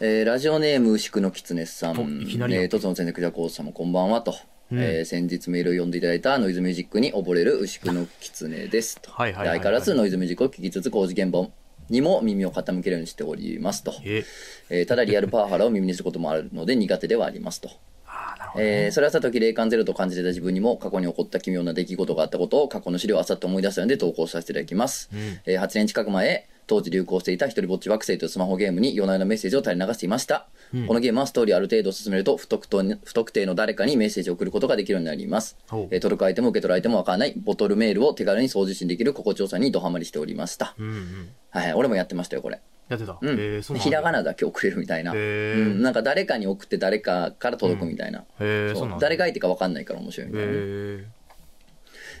えーラジオネーム牛久の狐さん、おいきなりえやー、とつの先生、クジャコウさんもこんばんはと、うんえー先日メールを読んでいただいたノイズミュージックに溺れる牛久の狐ですと。はいはいはいはい相変わらずノイズミュージックを聴きつつ工事現場にも耳を傾けるようにしておりますと、ええーただリアルパワハラを耳にすることもあるので苦手ではありますと、ああなるほど、えーそれはさとき霊感ゼロと感じてた自分にも過去に起こった奇妙な出来事があったことを過去の資料をあさって思い出したので投稿させていただきます、うんえー8年近く前当時流行していた一人ぼっち惑星というスマホゲームに夜な夜なメッセージを垂れ流していました、うんこのゲームはストーリーある程度進めると不特と不特定の誰かにメッセージを送ることができるようになります、えおうー届く相手も受け取られてもわからないボトルメールを手軽に送受信できる心地よさにドハマりしておりました、うんうんはいはい俺もやってましたよこれやってた、うんえー、そうなんだひらがなだけ送れるみたいな、へーうん、なんか誰かに送って誰かから届くみたいな、へえそうそうなんだ誰が相手か分かんないから面白いみたいなね、え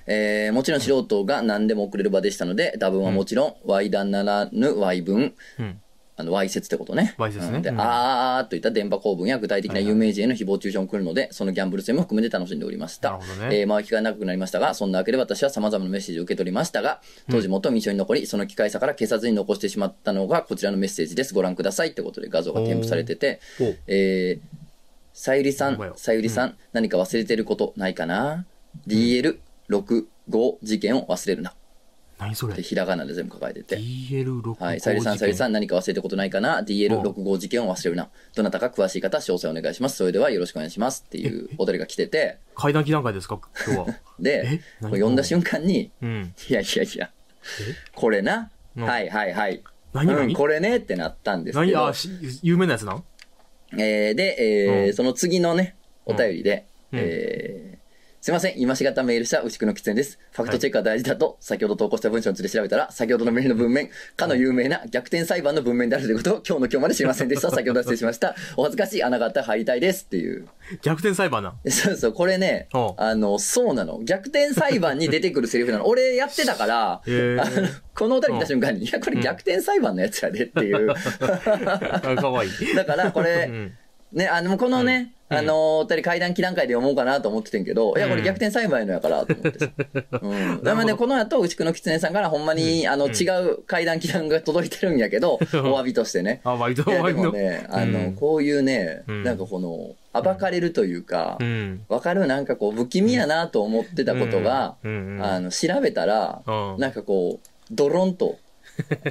えーもちろん素人が何でも送れる場でしたので、打分はもちろん、Y 談ならぬ Y 文、ー、うんあの、Y 説ってことね。わいせつねうんで、うんあーあーあーといった電波構文や具体的な有名人への誹謗中傷も来るので、そのギャンブル性も含めて楽しんでおりました。なるほどねえー、回りが長くなりましたが、そんなわけで私は様々なメッセージを受け取りましたが、当時最も印象に残り、その機械さから消さずに残してしまったのがこちらのメッセージです。ご覧くださいってことで画像が添付されてて、おうえー、さゆりさほんまんよ、さゆりさん、何か忘れてることないかな ?DL65 事件を忘れるな。何それでひらがなで全部書かれてて。 DL65 はい、さゆりさん、さゆりさんん、何か忘れたことないかな ?DL65 事件を忘れるな。どなたか詳しい方、詳細お願いします。それではよろしくお願いします。っていうお便りが来てて、階段期段階ですか今 日はえで、こ何れ読んだ瞬間に、うんいやいやいや、これな。うんはいはいはい。何何、うん、これねってなったんですけ何どあ、し有名なやつなんえーで、えーうんその次のね、お便りで、うんえーすいません、今しがたメールした牛久の喫煙です。ファクトチェックは大事だと、先ほど投稿した文章について調べたら、先ほどのメールの文面、かの有名な逆転裁判の文面であるというこ とを、今日の今日まで知りませんでした。先ほど失礼しました。お恥ずかしい穴があったら入りたいですっていう。 逆転裁判なんそうそう、これねお、あの、そうなの。逆転裁判に出てくるセリフな の。俺やってたから、へーあのこのお便り見た瞬間に、いや、これ逆転裁判のやつやでって いう。あかわいいだから、これう、んね、あの、このね、うんあのー、お二人階段期段階で読もうかなと思っててんけど、いや、こうれん逆転栽培のやから、と思 ってさ。うん。だからね、この後、牛久の狐さんからほんまに、あの、違う階段期段が届いてるんやけ ど、お詫びとしてね。あ割といや、で割もとね、あうの、んこういうね、うんなんかこの、暴かれるというかう、んわかるなんかこう、不気味やなと思ってたことが、うんうんあの、調べたら、うんなんかこう、ドロンと、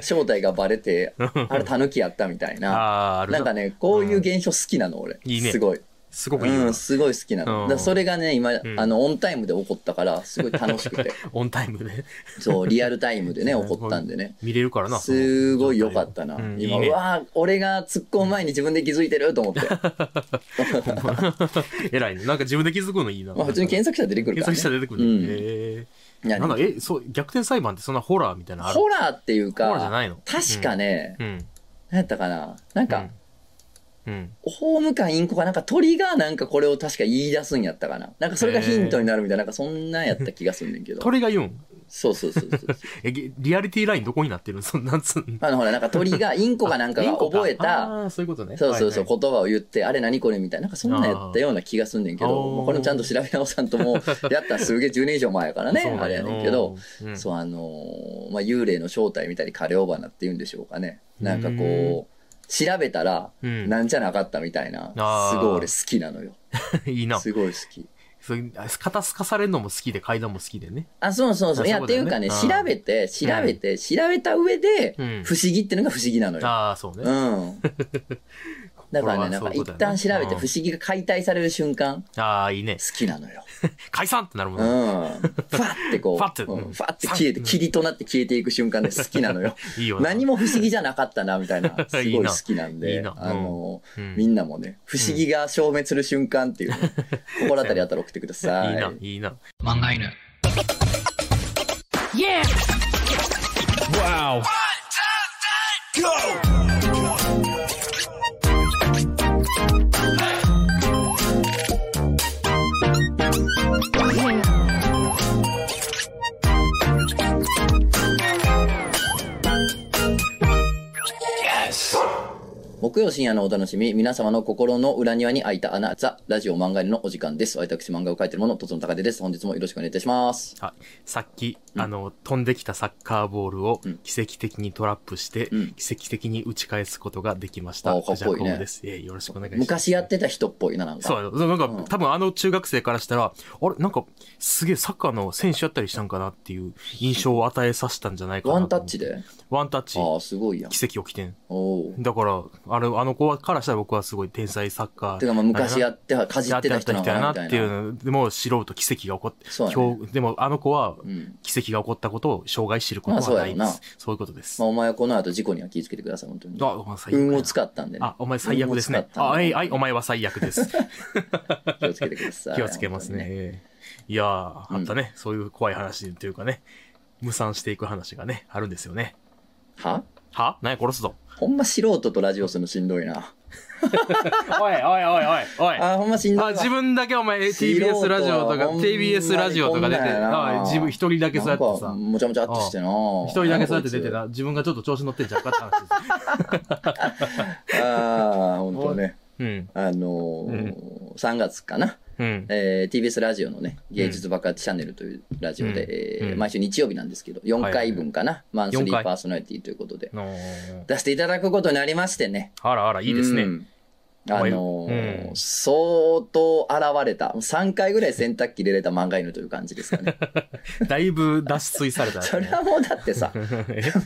正体がバレて、あれ、狸やったみたいな。 あーあるなんかね、こういう現象好きなの、俺。いいねすごい。すごくいいよう、なんすごい好きなの。うんだからそれがね、今、んあの、オンタイムで起こったから、すごい楽しくて。 オンタイムでそう、リアルタイムでね、起こったんでね。見れるからなそのすごい良かったな。うんい今、いねうわー俺が突っ込む前に自分で気づいてると思って。 偉いねなんか自分で気づくのいいなまあ、普通に検索したら出てくる検から、索ね。したら出てくうるんねへーいやなんか、え、そう、逆転裁判ってそんなホラーみたいなのあるホラーっていうホラーじゃか、ないの確か。ね、うん。うん何やったかな。なんか、、うん。ホームかインコかなんか鳥がなんかこれを確か言い出すんやったかな。なんかそれがヒントになるみたいな、なんかそんなんやった気がすんねんけど。鳥が言うんそうそうそうそう。え、げリアリティラインどこになってるのそんなんつんあのほら、なんか鳥が、インコかなんかが覚えた、ああー、そういうことね。そうそうそう、はいはい言葉を言って、あれ何これみたいな、なんかそんなんやったような気がすんねんけあーど、まあこれもちゃんと調べ直さんと もう、やったらすげえ10年以上前やからそうねな、んあれやねんけど、。うんそう、あのーまあ、幽霊の正体見たり、カレオバナって言うんでしょうかね。なんかこう、調べたら、うんなんじゃなかったみたいな、あーすごい俺好きなのよ。 いいな。すごい好き。そういう肩透かされるのも好きで、階段も好きでね。あ、そうそうそう。いや、あっそうだていようねかね、あ調ーべて、調べて、調べた上でうん、不思議ってのが不思議なのよ。ああ、そうね。うん。だからね、なんか一旦調べて不思議が解体される瞬間、ああ、いいね。好きなのよ。解散ってなるもうんね。ん。ファってこう、ファってうん ファって消えて、霧となって消えていく瞬間で好きなの よ。いいよな。何も不思議じゃなかったな、み たいな、すいいごいな好きなんいいで、なあのうんうん、みんなもね、不思議が消滅する瞬間っていうのを、心当たりあったら送ってください い。いな、いいな。漫画犬。 Wow. 木曜深夜のお楽しみ、皆様の心の裏庭に開いた穴、ザ、ラジオ漫画へのお時間です。私、漫画を描いているもの、とつのたかでです。本日もよろしくお願いいたします。はい、さっき、うんあの、飛んできたサッカーボールをうん奇跡的にトラップして、うん奇跡的に打ち返すことができました。あーかっこいいねクジャコウです。ええよろしくお願いします。昔やってた人っぽいな、なんか。そうやろそう、なんか、うん多分あの中学生からしたら、あれ、なんか、すげえサッカーの選手やったりしたんかなっていう印象を与えさせたんじゃないかなワとン思う。タッチでワンタッチ。ああ、すごいやん。奇跡起きてん。おお。だから、あれ、あの子からしたら僕はすごい天才サッカー。てか、まあ、昔やっては、かじやっっててたた人人やなのかなな、っみたいていうな。のでも素人奇跡が起こって、そうだね今日でもあの子はうん。奇跡が起こったことを障害知ることはないんでまあそうやろなす。そういうことです。まああ、お前はこの後事故には気をつけてください、本当に。お前最悪や運を使ったんでね。あ、お前最悪です運をね使。ったんであ、はい、はい、お前は最 悪です。気をつけてください。気をつけますね。。いやー、あったね、そういう怖い話というかね、無産していく話がね、あるんですよね。はは何や殺 すぞ。ほんま素人とラジオするのしんどいな。おいおいおいおいおい。あ、ほんましんどいわ。あ自分だけお前 TBS ラジオとかほんまに TBS ラジオとか出てこんなんやなあ自分一人だけそうやってなんかさもちゃもちゃっとしてな。一人だけそうやって出てな自分がちょっと調子乗ってんじゃんかって話ですああ、本当 ね。うんあのー3月かな、うんえー TBS ラジオのね、芸術爆発チャンネルというラジオで、うんえーうん毎週日曜日なんですけど、4回分かな、マンスリーパーソナリティということで、の出していただくことになりましてね。あらあらいいですね、うんあのーうん相当現れた、3回ぐらい洗濯機入れられた漫画犬という感じです かね。だいぶ脱水された、ね、それはもうだって さ、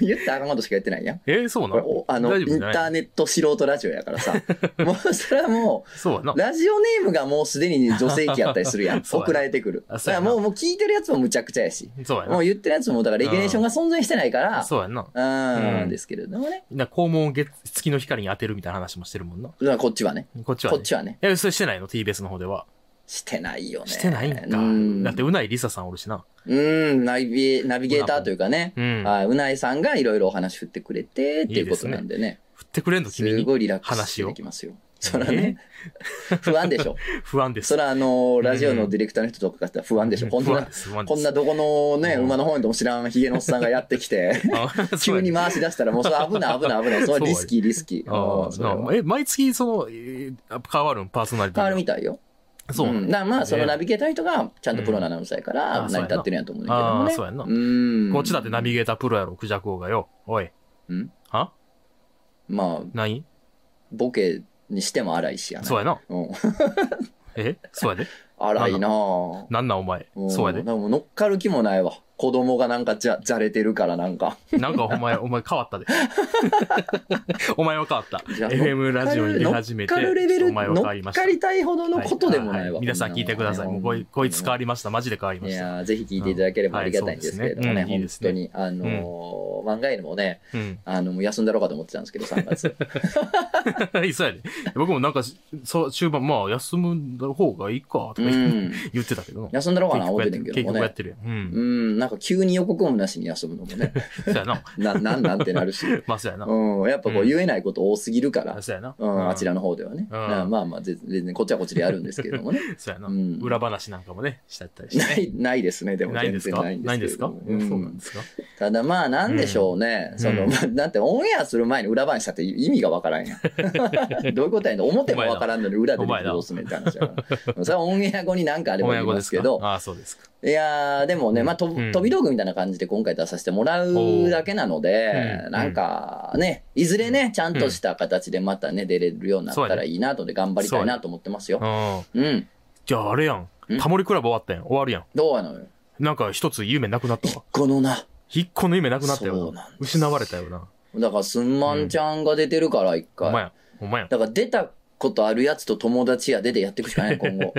言ったらあかんことしか言ってないやん。ええそうなこれのおあの、大イ丈ン夫じゃタなーいネット素人ラジオや からさ、もうそれはもそうやなう、ラジオネームがもうすでに女性器やったりするやん。 そうやな送られてくる。あだそうかやらなもう、もう聞いてるやつもむちゃくちゃやし、そうやもう言ってるやつも、だからレギュレーションが存在してないから、なそうやんなうん、うんですけれどもね。な肛門を月月の光に当てるみたいな話もしてるもんなだからこっちはね、こっちは、ね、こっちはね、えそれしてないの TBS の方ではしてないよね。してないんか、うんだってうないりささんおるしなうん、ナビナビゲーターというかね、うんはいうなえさんがいろいろお話振ってくれてっていうことなんでね、振ってくれんのす君にごいリラックスしてできますよ。そらね、不安で しょ。不安ですそらあの、ラジオのディレクターの人とかからしたら不安でしょ。こん不な安で、す不安ですこんなどこのね、うん馬の方にとも知らんヒゲのおっさんがやってきて、あ そう急やに回し出したらもうそれ危ない危ない危ない。それはリスキーリスキー。あうんあそれはなえ、毎月、その、えー変わるんパーソナリテ変ィがわるみたいよ。そうなんんだだからまあ、そのナビ、ビゲーターの人がちゃんとプロのアナウンサーやかうんらあ成り立ってるんやと思うんだけどもね。そうやんなあーうん。こっちだってナビゲータープロやろ、クジャク王がよ。おい。んはまあ、何ボケにしても荒いしやな。そうやな。うん。えそうやで。荒いなぁ。なんなんお前う。んそうやで。なんかもう乗っかる気もないわ。子供がなんかじゃ、じゃれてるからなん か。なんかお前、お前変わっ たで。お前は変わった。じゃあ FM ラジオに出始めて、乗っかるレベル、お前は乗変わりっました。かりたいほどのことでもはないいはわ。い皆さん聞いてください。もうこいこいつ変わりました。マジで変わりまいした。やーぜひ聞いていただければありがたいんですけれどもね、うんはいそう本です当ねに、あのー漫画犬もね、うん。 あの、もう休んだろうかと思ってたんですけど、3月。そうやで。僕もなんか、そう、終盤、まあ、休む方がいいか、とかう言ってん。言ってたけどな。休んだろうかな、思っ結てんけ局どもやっね。てるやん。うん。うん、なんか急に予告もなしに休むのも ね、そうやな。な、なんなんてなるし。まあ、そうや な。うん、やっぱこう言えないこと多すぎるから、そうやな。うん、あちらの方ではね。うんなまあまあ、全然、こっちはこっちでやるんですけれどもね。そうやな。うん裏話なんかもね、しちゃったり して。ない、ないです ね、でもないん全です然かないんですないんですかけうれんどそうもうなんんですかただまあ、なんでしょうね。んその、うんまあ、なんて、オンエアする前に裏話したって意味がわからん やん。どういうことやねん。表もわからんのに裏で出てどうすんねんって話や から。それはオンエア後になんかあれば親言い子まですすけかど。ああ、そうですか。いやー、でもね、まあ、とうん飛び道具みたいな感じで今回出させてもらうだけなのでお、ーなんかね、いずれね、ちゃんとした形でまたね、出れるようになったらいいなとで頑張りたいなと思ってますよ。うん。うん。じゃあ、あれやんう。んタモリクラブ終わったやん。終わるやどうなのよ。ん。なんか一つ夢なくなったわ。このな。一個の夢なくなったそようなんなで。失われたよな。だから、すんまんちゃんが出てるから、一ほんま回。やん。ほんまやん。だから、出たことあるやつと友達やででやっていくしか ない、今後。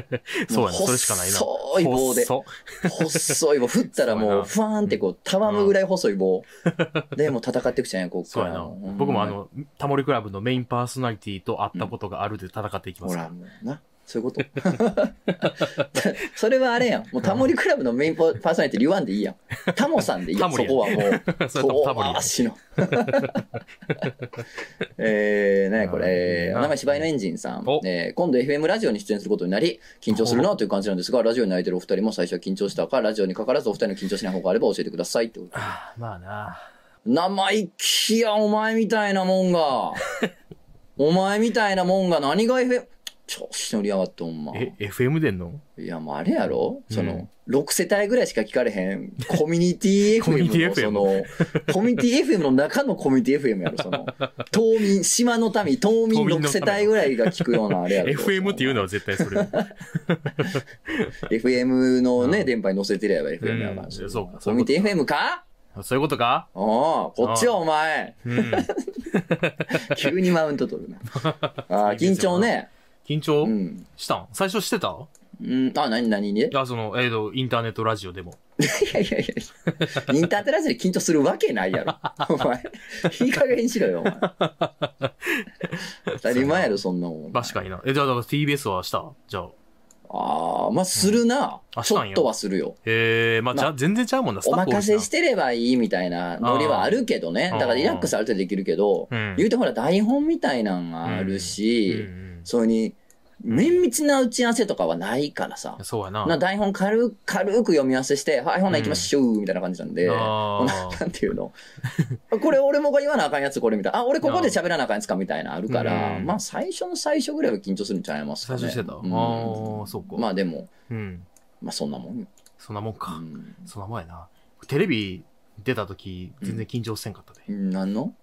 そうやな。それしかないな。細い棒で。細細い棒。振ったらそうやもう、なふわーんってこう、たわむぐらい細い棒。で、もう戦っていくじゃん、こっかそうやら。なほんま。に僕もあ、の、タモリクラブのメインパーソナリティと会ったことがあるで戦っていきまほ、すからもうな。そういうこと。 それはあれやん。もうタモリクラブのメインパーソナリティ、リュワンでいいやん。タモさんでいいやん、タモそリやんこはもう。ら。 それとタモリや遠ん回しの。 えー、何やこれ、えーうんお名前柴犬エンジンさんお、えー今度 FM ラジオに出演することになり、緊張するなという感じなんですが、ラジオに泣いてるお二人も最初は緊張したか、ラジオにかからずお二人の緊張しない方があれば教えてくださいってこと。ああまあな。 生意気や、お前みたいなもんが。お前みたいなもんが何が FM、調子乗りやがって、ほんま。え、FM でんのいや、もうあれやろ、うんその、6世帯ぐらいしか聞かれへん、コミュニティコミュ ニテ FM の、そィの、コミュニティ FM の中のコミュニティ FM やろ、その、 島民、島の民、島民6世帯ぐらいが聞くようなあれ やろ。 FM っていうのは絶対 それ。 FM のうね、ん電波に乗せてりゃば FM やから、うんそうかコミュニティ FM かそういうことかおうこっちはお前、うん。 急にマウント取るな。あーいいで緊すよ張ね。緊う張ん。したん最初してたいうん、あ、何、何に いや、その、えっと、インターネットラジオでも。やいやい やインターテラジオで緊張するわけないやろ。お前、いい加減にしろよ、お前。 当たり前やろ、そんなもん。確かにな。え、じゃあ、だから TBS はしたじゃあ。ああ、まあ、するなうんあ。しちたょんやっとはするよ。えー、まあ、まじあゃあ、全然ちゃうもんな、スおタッフ多い任しなせしてればいいみたいなノリはあるけどね。あーだからリラックスある程度できるけど、うん。言うてほら、台本みたいなんがあるし、うんそれに、綿密な打ち合わせとかはないからさうん。そうやな。な台本軽く軽く読み合わせして、はい、ほな行きましょう、みたいな感じなんで、あなーなんていうの これ俺もが言わなあかんやつこれみたいな、あ、俺ここで喋らなあかんやつかみたいなあるから、うんまあ最初の最初ぐらいは緊張するんちゃいますか最ね。初してた。ああうんー、そうか。まあでも、うん。まあそんなもんよ。そんなもんうか。んそんなもんやな。テレビ出た時、全然緊張せんかったで。なんの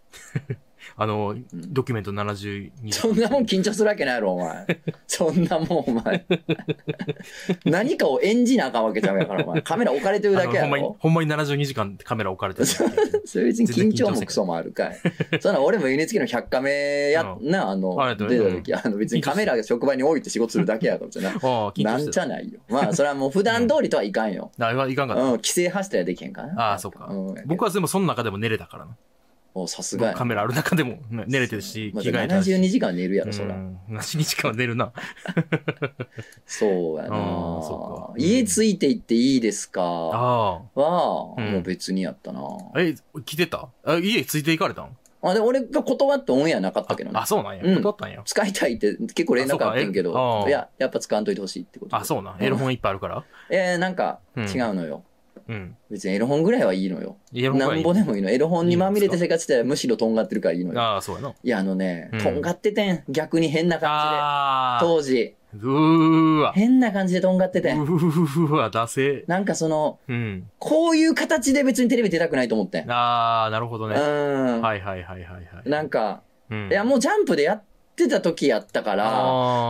あの、んドキュメント72。そんなもん緊張するわけないやろ、お前。 そんなもん、お前。 何かを演じなあかんわけちゃうやから、お前。カメラ置かれてるだけあやのほんまにろ。、ほんまに72時間カメラ置かれてる。 それ別に緊張もクソもある かい。そんな俺も NHK の100カメや、うな、あのあり、がとう出た時、あの別にカメラが職場に置いて仕事するだけやからじゃな。ああ、緊な張しんてじた。ゃないよ。まあ、それはもう普段通りとはいかんよ。あいかんいかんかうった。ん、規制発したらできへんかな。ああ、そうかうん。僕はでもその中でも寝れたからな。もうさすがやカ。メラある中でもね寝れてるし、まあ、着替えたし。 72時間寝るやろ、そら。なしに時間は寝るな。そうやなああそうか家ついて行っていいですかあは、うんもう別にやったなあ。え、来てたあ家ついていかれたんあ、で、俺が断ってオンエアなかったけどねあ、。そうなんや。うん断ったんや。使いたいって結構連絡あってんけあそうどか、えいや、やっぱ使わんといてほしいってことで。あ、そうなんう。んエロ本いっぱいあるから。えー、なんか、うん違うのよ。うん。別にエロ本ぐらいはいいのよ。エロ本ながいんいぼ。でもいいの。エロ本にまみれて生活してたらむしろとんがってるからいいのよ。ああ、そうやな。いや、あのねうん、とんがっててん。逆に変な感あじで。あ。当時。うーわ。変な感じでとんがってうてん。ーわ、ダセなんかその、ー。うん。こういう形で別にテレビ出たくないと思ってん。ああ、なるほどうね。ん。はいはいはいはいはい。なんか、うん、いや、もうジャンプでやってた時やったから、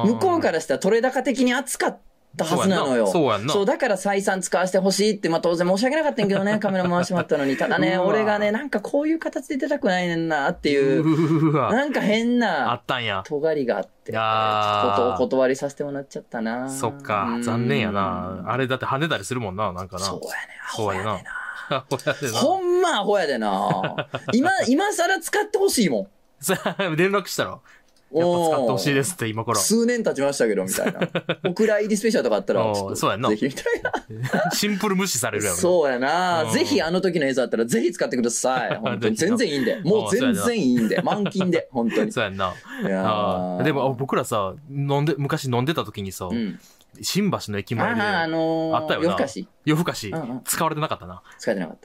あー向こうからしたら取れ高的に熱かったはずなのよ。そうやんな。そうだ。だから再三使わせてほしいって、まあ当然申し訳なかったんやけど ね、カメラ回してもらったのに。ただね、うわ俺がね、なんかこういう形で出たくないねんなってういう、ーわ。なんか変あなったんや。尖りがあって、ちょあっーとお断りさせてもらっちゃったな。そっかう、ん残念やな。あれだって跳ねたりするもんな、なんかな。 そうやね、アそホうややなねな。ほやでな。ほんまアホやでな。 今、今更使ってほしいもん。さあ、連絡したら、やっぱ使ってほしいですって、今から。数年経ちましたけど、みたい な。お蔵入りスペシャルとかあったら、おーちょっとそうやんなぜひみたいな。シンプル無視されるやろな。そうやうな。んぜひあの時の映像あったら、ぜひ使ってくださ い。本当に全然いいんで。もう全然いいんで。満金で、本当に。そうやんな。いやあーーでも、僕らさ、飲んで、昔飲んでた時にさう、ん。新橋の駅あ前で、はあのあったよー、な夜更かし、夜更かしうんうん、使われてなかったな。使えてなか っ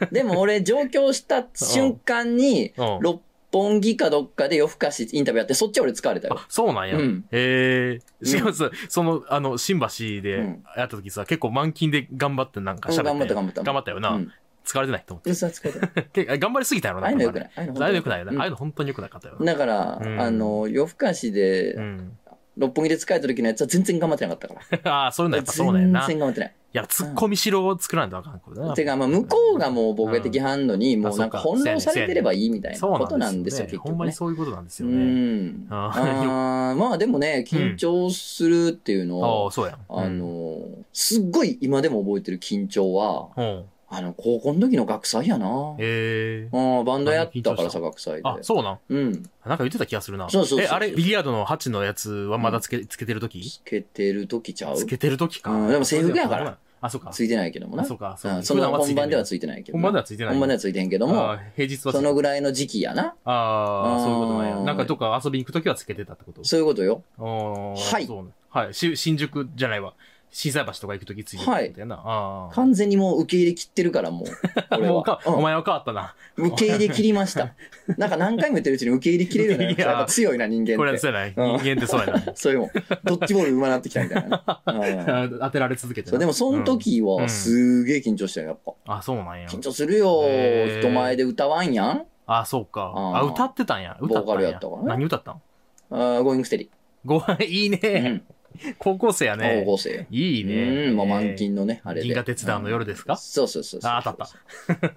た。でも俺、上京した瞬間に、うん。六本木かどっかで夜更かしインタビューやって、そっち俺使われたよ。あ、そうなんやうん。ええ。しかもさ、その、あの、新橋うでんやった時さ、結構満勤で頑張ってなんかうん喋頑張ったよ頑張った。頑張ったような。ん。疲れてないと思うん、そう使えてない。って。 け頑張りすぎたやろあな。あいうのよあくない。ああいうの本当あに良いうのよくないような。んああいうの本当によくなかったよな。だから、うんあの、夜更かしで、うん。 六本木で使えた時のやつは全然頑張ってなかったから。ああ、そういうのやっぱそう全なんや然な。頑張ってない。いや、ツッコミしろを作らんとあかんことだな。てか、まあ、向こうがもう防衛的反応に、んもうなんか翻弄されてればいいみたいなそうことなんですよ、ね結ほんま局にね。そういうことなんですうよね。ん。ああーまあでもね、緊張するっていうのあをあ、、そうやん。あのー、すっごい今でも覚えてる緊張は、うん、うん。あの、高校の時の学祭やな。ええうん、バンドやったからさ、学祭で。あ、そうなん。うん。なんか言ってた気がするな。そうそうそうえ、あれ、ビリヤードの8のやつはまだつけ、つけてるときつけてる時ちゃうつけてるときか、うんでも制服やからそう。あ、そうか。ついてないけどもあ、な。そうか。うんその本番ではついてないけど本な。番ではついてない。本番でははついてへんけども、平日はつそいてないのぐらいの時期やな。ああ、そういうことなんや。うんなんかどっか遊びに行くときはつけてたってことそういうことよ。ははいはい。し新宿じゃないわ。心斎橋とか行くときついてくるみたいな。ああ。完全にもう受け入れ切ってるから、 もう。俺もうはか、。お前は変わったな。うん受け入れ切りました。なんか何回も言ってるうちに受け入れ切れるようになりましたいややっぱ強いな、人間って。これはそうやない。人うん間ってそうやなそういうもん。ドッジボール上手なってきたみたいな ね。 うんあ。当てられ続けてそうな。でも、その時うんうんは、すげえ緊張したよ、やっぱ。あ、そうなんや。緊張するよへー。人前で歌わんやん。あ、そうか。うんあ、歌ってたんや。歌ったボーカんルや。やったからね何歌ったんあーゴーイングステリ。ご飯、いいうね。ん。高校生やね。高校生。いいね。うん、まあ満金のね、あれで。銀河鉄団の夜ですかそうそうそうそう。あ当たっ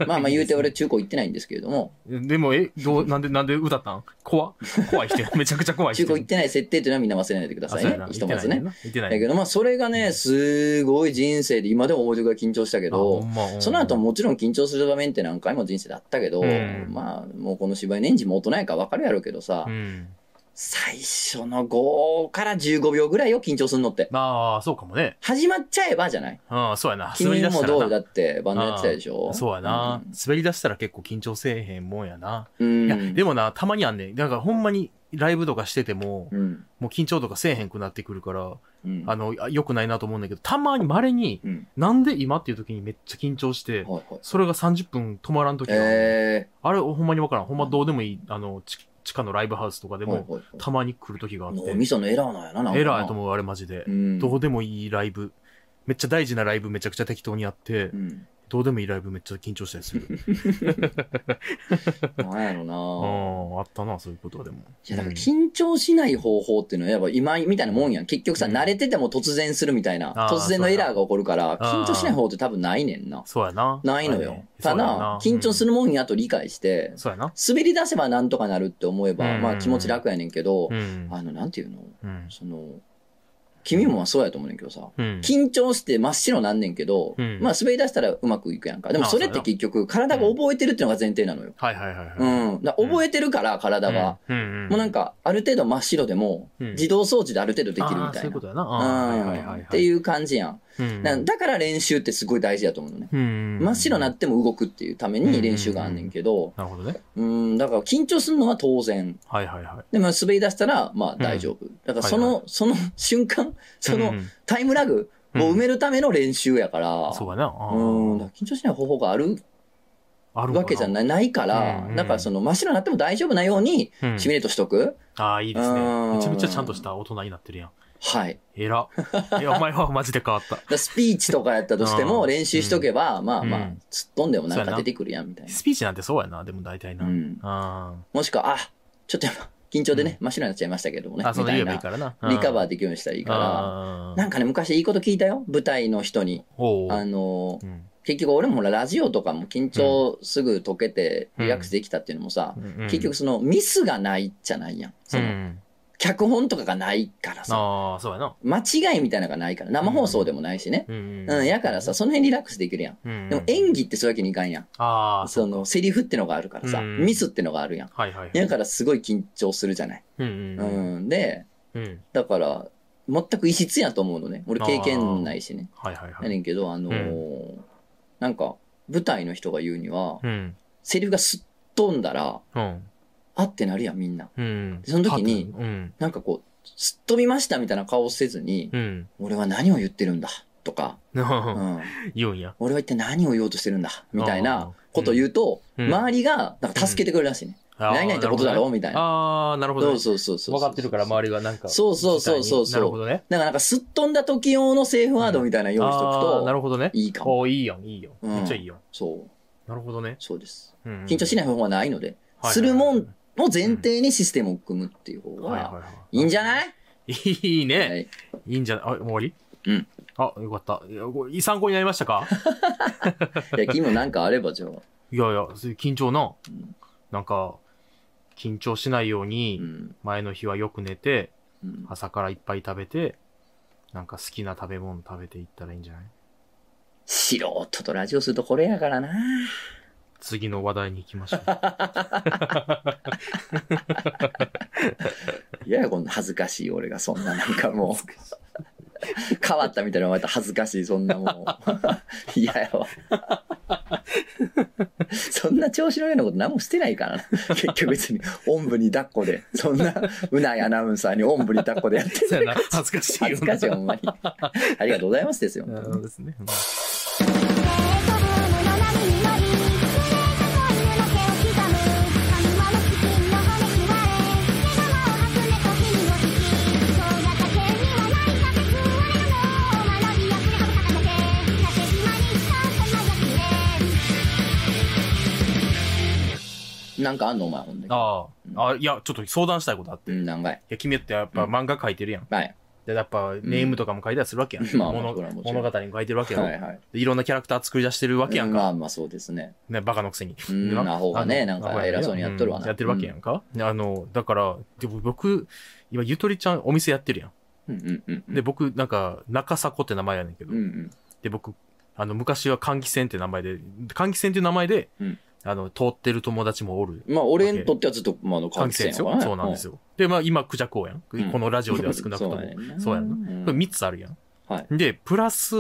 まあまあ言うて俺中高行ってないんですけれど も、でも、え、どう、なんで、なんで歌ったん怖怖い 人や。めちゃくちゃ怖い人中や。高行ってない設定というのはみんな忘れないでくだあさいそうやねな。ひとまずね。言ってなだいな。けどまあそれがね、すごい人生で今でも覚えてるぐらい緊張したけけど、その後も。もちろん緊張する場面って何回も人生だったけど、うんまあもうこの芝居年次も大人やから分かるやろうけどさ、うん。最初の5から15秒ぐらいを緊張するのって。ああ、そうかもね。始まっちゃえばじゃないうん、そうやな。滑り君出もしたらどなうだってバンドやってたでしょそうやな、滑り出したら結構緊張せえへんもんやな。うん。いや、うんでもな、たまにあんねん。だからほんまにライブとかしてても、うん。もう緊張とかせえへんくなってくるから、うん。あの、あ良くないなと思うんだけど、たまに稀に、うん。なんで今っていう時にめっちゃ緊張しはて、いはい。それが30分止まらん時があんねんえあれ、ほんまにわからん。ほんまどうでもいい、あの、ち地下のライブハウスとかでー。も、はいはいたまに来る時があって脳、みそのエラーなんやな、なんかなエラーやと思う、あれマジで。うん。どうでもいいライブ。めっちゃ大事なライブめちゃくちゃ適当にやって、うん。どうでもいいライブめっちゃ緊張したりする。 なんやろなああ、あったな、そういうことはでも。いや、だからうん緊張しない方法っていうのは、やっぱ今みたいなもんやん。結局さ、うん慣れてても突然するみたいな、あー突然のエラーが起こるから、そうやな緊張しない方って多分ないねんな。そうやな。ないのあれよ。ただ、緊張す。そうやなるもんやと理解してうん、そうやな。滑り出せばなんとかなるって思えば、うんまあ気持ち楽やねんけどう、ん。あの、なんていうのうん。その、君もそうやと思うねんけどさ、うん。緊張して真っ白なんねんけど、うんまあ滑り出したらうまくいくやんか。でもあそれってそうやな結局、体が覚えてるっていうのが前提なのよ。はいはいはいはい。うん。だから覚えてるから、体が。うん。うん。もうなんか、か、ある程度真っ白でも、うん自動装置である程度できるあみーたそういいうことな。やな。あーはいはいはういはん。い。っていう感じやん。うん。なんだから練習ってすごい大事だと思うのね。うん、真っ白になな。っても動くっていうために練習があんねんけど、なるほどね。うん、だから緊張するのは当然。はいはいはい。で、まあ滑り出したら、まあ大丈夫。だからそはいの、その瞬間、そうんのうんタイムラグを埋めるための練習やから、そうやな。あうん、だーから緊張しない方法があるあるわけじゃい。ないないからうん、だからその真っ白になっても大丈夫なようにうんシミュレートしとく。ああ、いいですね。うんめちゃめちゃちゃんとした大人になってるやん。はい。えら。いや、お前はマジで変わった。だからスピーチとかやったとしてうもん練習しとけば、まあまあうん突っ飛んでもなんそうやかな出てくるやんみたいな、スピーチなんてそうやな、でも大体な。ううんん。あもしくはあちょっとやっぱ緊張でね、真っ白になっちゃいましたけどもねあ、そみうた言えいばいいなからな。リカバーでできるようにしたらいいい。かららなんかね昔いいこと聞いたよ舞台の人におうあのーうん結局俺もほらラジオとかも緊張すぐ解けてリラックスできたっていうのもさ、うん結局、そのミスがないじゃないやんうそのん。脚本とかがないからさああ、そうやな。間違いみたいなのがないから生放送でもないしねうんうん、やからさ、その辺リラックスできるやんうんでも演技ってそういうわけにいかんやん。ああ、そのセリフってのがあるからさ、うんミスってのがあるやん。はいはい。だからすごい緊張するじゃない。うんううんん。で、うん。だから、全く異質やと思うのね。俺経験ないしね。はいはいはやい。ねんけど、あのーなんか、舞台の人が言うには、うん。セリフがすっ飛んだら、うん。あってなるやん、みんな。うん。その時にうん。なんかこう、すっ飛びましたみたいな顔せずに、うん。俺は何を言ってるんだとか、うん、 言うんや。俺は一体何を言おうとしてるんだみたいなことを言うと、うん周りがなんか助けてくれるらしいね。何々ってことだろみたいな。あーなるほどそね。あー、なるほどねう。そうそうそう。分かってるから周りがなんか。そうそうそうそうなるほどね。だからなんかすっ飛んだ時用のセーフワードみたいなの用意しとくあーなと、るほどね。いいかも。おーいいやん、いいよ。うんめっちゃいいよ。そう、なるほどね。そうです。うん緊張しない方法はないので、はいするもんを前提にシステムを組むっていう方はいはいがはいいんじゃないいいいはね。い。いいんじゃないあ、終わりうん。あ、よかった。いやこれいい参考になりまし たかいや、君なんかあればじゃあ。いやいや、そういう緊張なうん。なんか、緊張しないよううに、ん。前の日はよく寝て、うん朝からいっぱい食べて、なんか好きな食べ物食べていったらいいんじゃない素人とラジオするとこれやからな。次の話題に行きま しょう。いやいや、こんな恥ずかしい俺がそんななんか もう、変 わったみたいな言われたら恥ずかしい、そんなもう。嫌やわ。そんな調子のようなこと何もしてないからな。 結局別に、おんぶに抱っこで、そんな、うないアナウンサーにおんぶに抱っこでや ってそうる。やな。恥ずかしいよな。恥ずかしい、ほんまに。ありがとうございますですよ。なるほどですね。なんかあんのお前、ほんで。ああ。あ、いや、ちょっと相談したいことあって。ういん、何回。や、君ってやっぱ漫画書いてるやん。はい。で、やっぱネームとかも書いたりするわけやん。 うんまあ物それはもちろん物語に書いてるわけやろ、はいはい。でいろんなキャラクター作り出してるわけやんか。まあまあ、そうですね。ね、バカのくせに。うんでなアホがねあのなんかアホや偉そうにやっとるわなうんやってるわけやんか。であの、だから、でも僕、今、ゆとりちゃんお店やってるやん。うんうんうんうん。で、僕、なんか、中迫って名前やねんけどうんう。ん。で、僕、あの、昔は換気扇って名前で、換気扇っていう名前でうん、あの、通ってる友達もおる。まあ、俺にとってはずっと、まあ、あの、換換気気扇扇ですよ。そうなんですよ。よ。で、まあ、今、クジャコやん。んこのラジオでは少なくとも。こそうやんなれ3つあるやん。はで、プラス、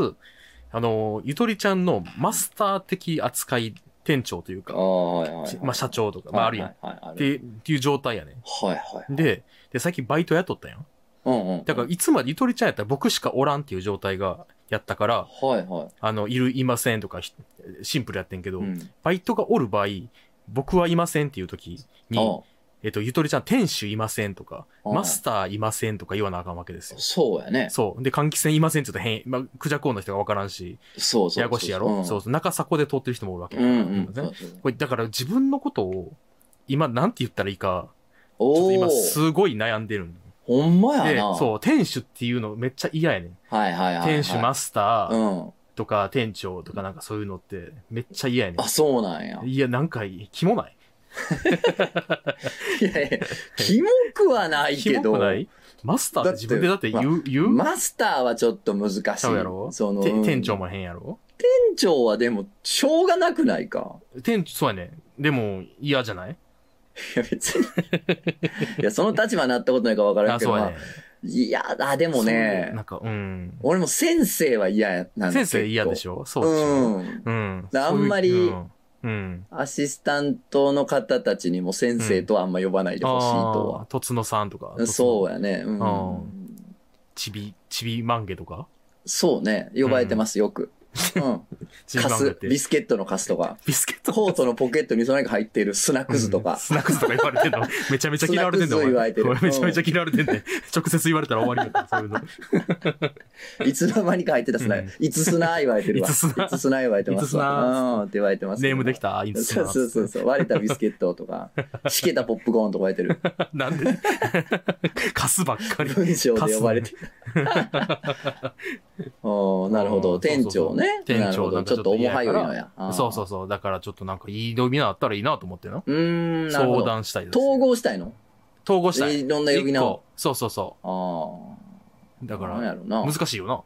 あの、ゆとりちゃんのマスター的扱い店長というあか、あ、はいはいはい。まあ、社長とか、まあ、あるやん。っはいはいはい、あるてっていう状態やね。はいはい。で、で、最近バイト雇ったやん。うんうん。だから、いつまでゆとりちゃんやったら僕しかおらんっていう状態が、やったから、はいはい。あの、いる、いませんとか、ひシンプルやってんけど、うん。バイトがおる場合、僕はいませんっていう時に、あえっと、ゆとりちゃん、店主いませんとか、あマスターいませんとか言わなあかんわけですよ。そうやね。そう。で、換気扇いませんって言うと変、まあ、クジャコの人がわからんし、そうそうそう。ややこしいやろそううそう。中迫で通ってる人もおるわけ。んうんうん。ねこれ、だから自分のことを、今、なんて言ったらいいか、ちょっおとお今、ー、すごい悩んでるんほんまでやな。、そう、店主っていうのめっちゃ嫌やねん。う。はいはいはいはい。店主、マスタうーん。とか、店長とかなんかそういうのって、めっちゃ嫌やねあ、そうなんやん。。いや、なんか、キモないいやいや、キモくはないキけモどく、ないマスターって自分でだって言う、言う、マスターはちょっと難しい。ちゃうやろその、てうん店長。も変やろ店長はでも、しょうがなくないか。 店長、そうやねん。でも、嫌じゃないいや、別 に。いや、その立場になったことないから分からんあ、けそどうやなね。いや、あ、でもそねうな、んか、うん。俺も先生は嫌やなん先生嫌でしょ。ょそうでしょうん。うん。だあんまりそういううん。うん。アシスタントの方たちにも先生とはあんま呼ばないでほしいとはああ、。とつのさんとか。そうや。やね。うあーん。ちび、ちびまんげとかそうね。呼ばれてます、よく。うん。ちびカまんげっス、て。ビスケットのカスとか、ビスケットコートのポケットにそれが入っているスナックズとうんか。スナックズとか言われてん の。めちゃめちゃ嫌われてんスの。ナックズ言われてるお前めちゃめちゃ嫌われてんね。直接言われたら終わりよ。そうい うの。いつの間にか入ってたスナうんック。いつスナー言われてるわ。いつスナーいつスナー言われてますいつスナわ。うんって言われてます。ネームできた、いいんですそうそうそうそう。割れたビスケットとか、しけたポップコーンとか言われてる。 なんで カスばっかり。文章で呼ばれ てる。おなるほうど。んそう店そうそ長うね。店長なるほなど。んかちちょょっっとと重嫌やかはゆいのらや。。そうそううそう。だからちょっとなんかいい呼び名あったらいいなと思ってな。うーん、なるほど。相談したいです。統合したいの統合したい。いろんな呼び名を一個そうそうそああ。う。だかなんら、やろな。難しいよな。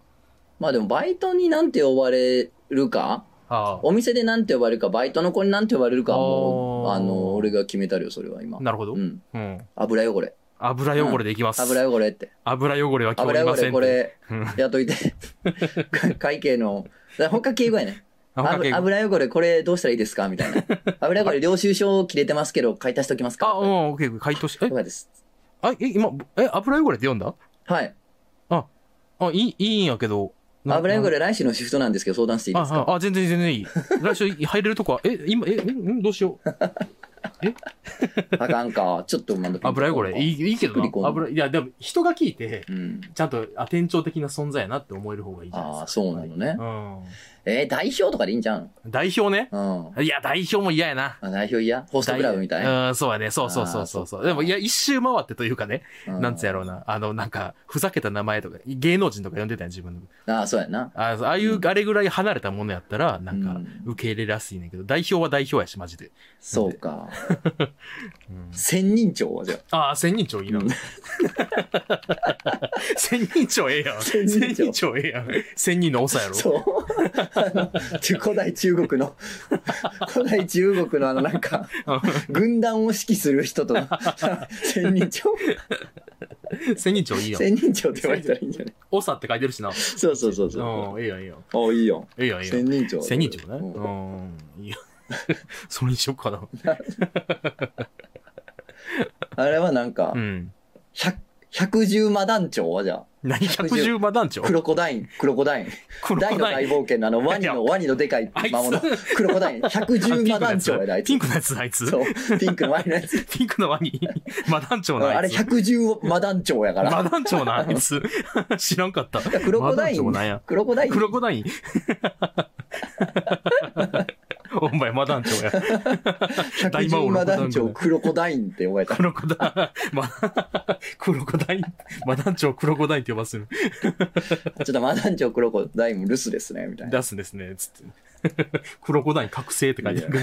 まあでもバイトになんて呼ばれるか、あお店でなんて呼ばれるか、バイトの子になんて呼ばれるかはもう、あーあの、俺が決めたるよ、それは今あ。。なるほどう。ん。うん。油汚れ。油汚れでいきます。油汚れって。油汚れは今日い油ま汚せんっれ、て。これ、うん。やっといて。 会計の、だから他敬語やね。油油。油汚れ、これどうしたらいいですかみたい な。油汚れ、領収書切れてますけど、買い足しときますかあ、うん、よオッケー、回答し、え、かったです。あ、え、今、え、油汚れって読んだはい。あ、いい、いいんやけど。な油汚なれ、来週のシフトなんですけど、相談していいですあかあ、あ全然全然いい。来週入れるとこは、え、今、え、んんどうしよう。あかんか。ちょっとまだピンとこんか油汚れ、いい、いいけどしっくりこんな。油、いや、でも、人が聞いて、うん。ちゃんと、あ、店長的な存在やなって思える方がいいじゃないであすか。あ、そうなのね。の。えー、代表とかでいいんじゃんうん。代表ね。うん。いや、代表も嫌やな。あ代表嫌ホストクラブみたいな。うん、そうやね。そうそうそうそうそう。でも、いや、一周回ってというかね、うなんつやろうな。あの、なんか、ふざけた名前とか、芸能人とか呼んでたやん、自分の。ああ、そうやな。あああいう、あれぐらい離れたものやったら、なんうかん、受け入れらしいねんけど、代表は代表やし、マジで。そうか。うん 千人長はじゃああ、千人長いい なうん。千人長ええやん。千千人長人長ええやん。千人の長やあ。ろ。そう。あのち古代中国の、古代中国のあのなんか、軍団を指揮する人と、千人長千人長いいやん。千人長って言われたらいいんじゃない長って書いてるしな。そうそうそうそう。うん、ええやん、ええやん。おいいよ。ええやん、ええや千ん。人長。千人長ね。うんうん。いいや それにしようかな。あれはなんかう、ん。百、百十魔団長はじゃあ、何百十魔団長クロコダイン、クロコダイン。黒大くのな大い。冒険のあの、ワニいの、やワニのでかいあいつ魔物。クロコダイン、百あ十魔団長やで、あいつピン。クのやつ、あいつ。そう、ピンクのワニのやつ。ピンクのワニ。 魔団長のああれ、いつ。百十魔団長やか魔ら。団長のあいつ。 知らんかった。クロコダイン魔団長なんや、クロコダインク、ロコダイン。 お前、魔団長や。百十魔団長、クロコダインって覚えたク。ロコダイン、 ま、クロコダイン、マ団長クロコダインって呼ばせる。ちょっと魔団長、クロコダインも留守ですね、みたいな。出すんですね、つって。 クロコダイン覚醒って書いてある。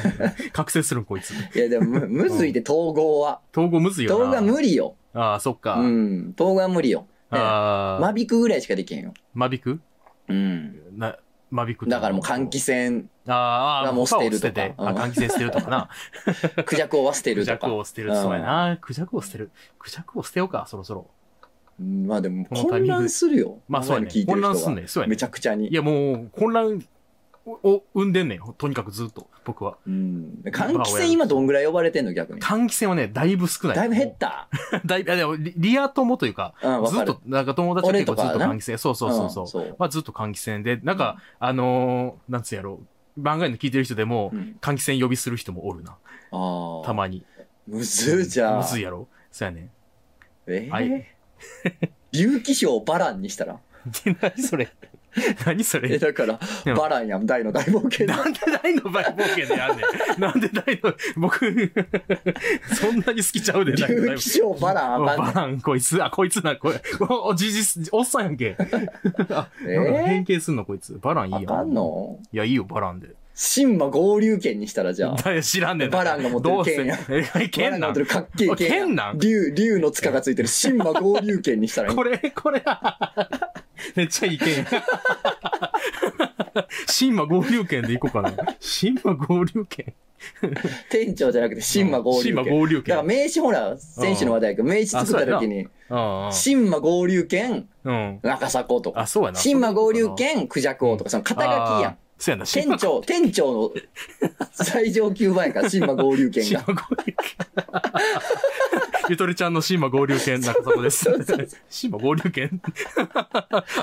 覚醒するん、こいつ。いや、でも、むむずいって、統合は。統合むずいよ統合な。は無理よ。ああ、そっか。うん、統合は無理よ。ねああ、間引くぐらいしかできへんよ。間引くうん。な、間引くってだからもう換気 扇、あーあー、もう捨てるとか他をてて。あうん換気扇捨てるとかな。クジャクをは捨てクるジとャか ク。を捨てる。そうやな。クジャクを捨てる。クジャクを捨てようか、そろそろ。うんまあでもこのタイ混ミングで乱するよ。まあそうやね今の聞いてる人混乱すんがねそうやねめちゃくちゃにい。や、もう、混乱をを生んでんねん。とにかくずっと、僕は。うん。換気扇今どんぐらい呼ばれてんの逆に。換気扇はね、だいぶ少ない。だいぶ減った。だいぶ、いやでもリ、リア友というか、うん、わずかっると。、なんか友達が俺結と構かずっとな換気扇、そうそうそうそう。そう。まあずっと換気扇で、なんか、あのーなんつうやろう、番外の聞いてる人でも、うん換気扇呼びする人もおるな、ああ。たまに。むずいじゃん。むずいやろ。そうやね。えはーい、竜騎賞をバランにしたら。何それ何そえ、れだから、でもバランやん、大の大冒険。なんで大の大冒険でやんね ん。なんで大の、僕、そんなに好きちゃうで、大の竜大騎賞バランあバかんラン、こいつ、あ、こいつな、これ、お、おじじ、おっさんやんけ。ねなんか変ん。え形すんの、こいつ。バランいーいやあん。かんのいや、いいよ、バランで。神魔合流剣にしたらじゃあ。だよ知らんねん。バランが持ってる剣やどうせえバラン剣がな持っんてるかっけえ剣や剣なん竜、竜の塚がついてる神魔合流剣にしたらいいこれ、これ、めっちゃい い剣や。神魔合流剣でいこうかな。神魔合流剣。店長じゃなくて神魔合流神剣。魔合だ流から剣。名刺ほら、選手の話題やけど、名刺作った時に、うん神魔合流剣、うん。うん。中迫とあ、か、そうやな。神魔合流剣、クジャク王とか、その肩書きやんあー。。そうやな、店長、店長の最上級版や から、神魔合流剣神が。魔合流剣。 ゆとりちゃんの神魔合流剣、中迫です。神魔合流剣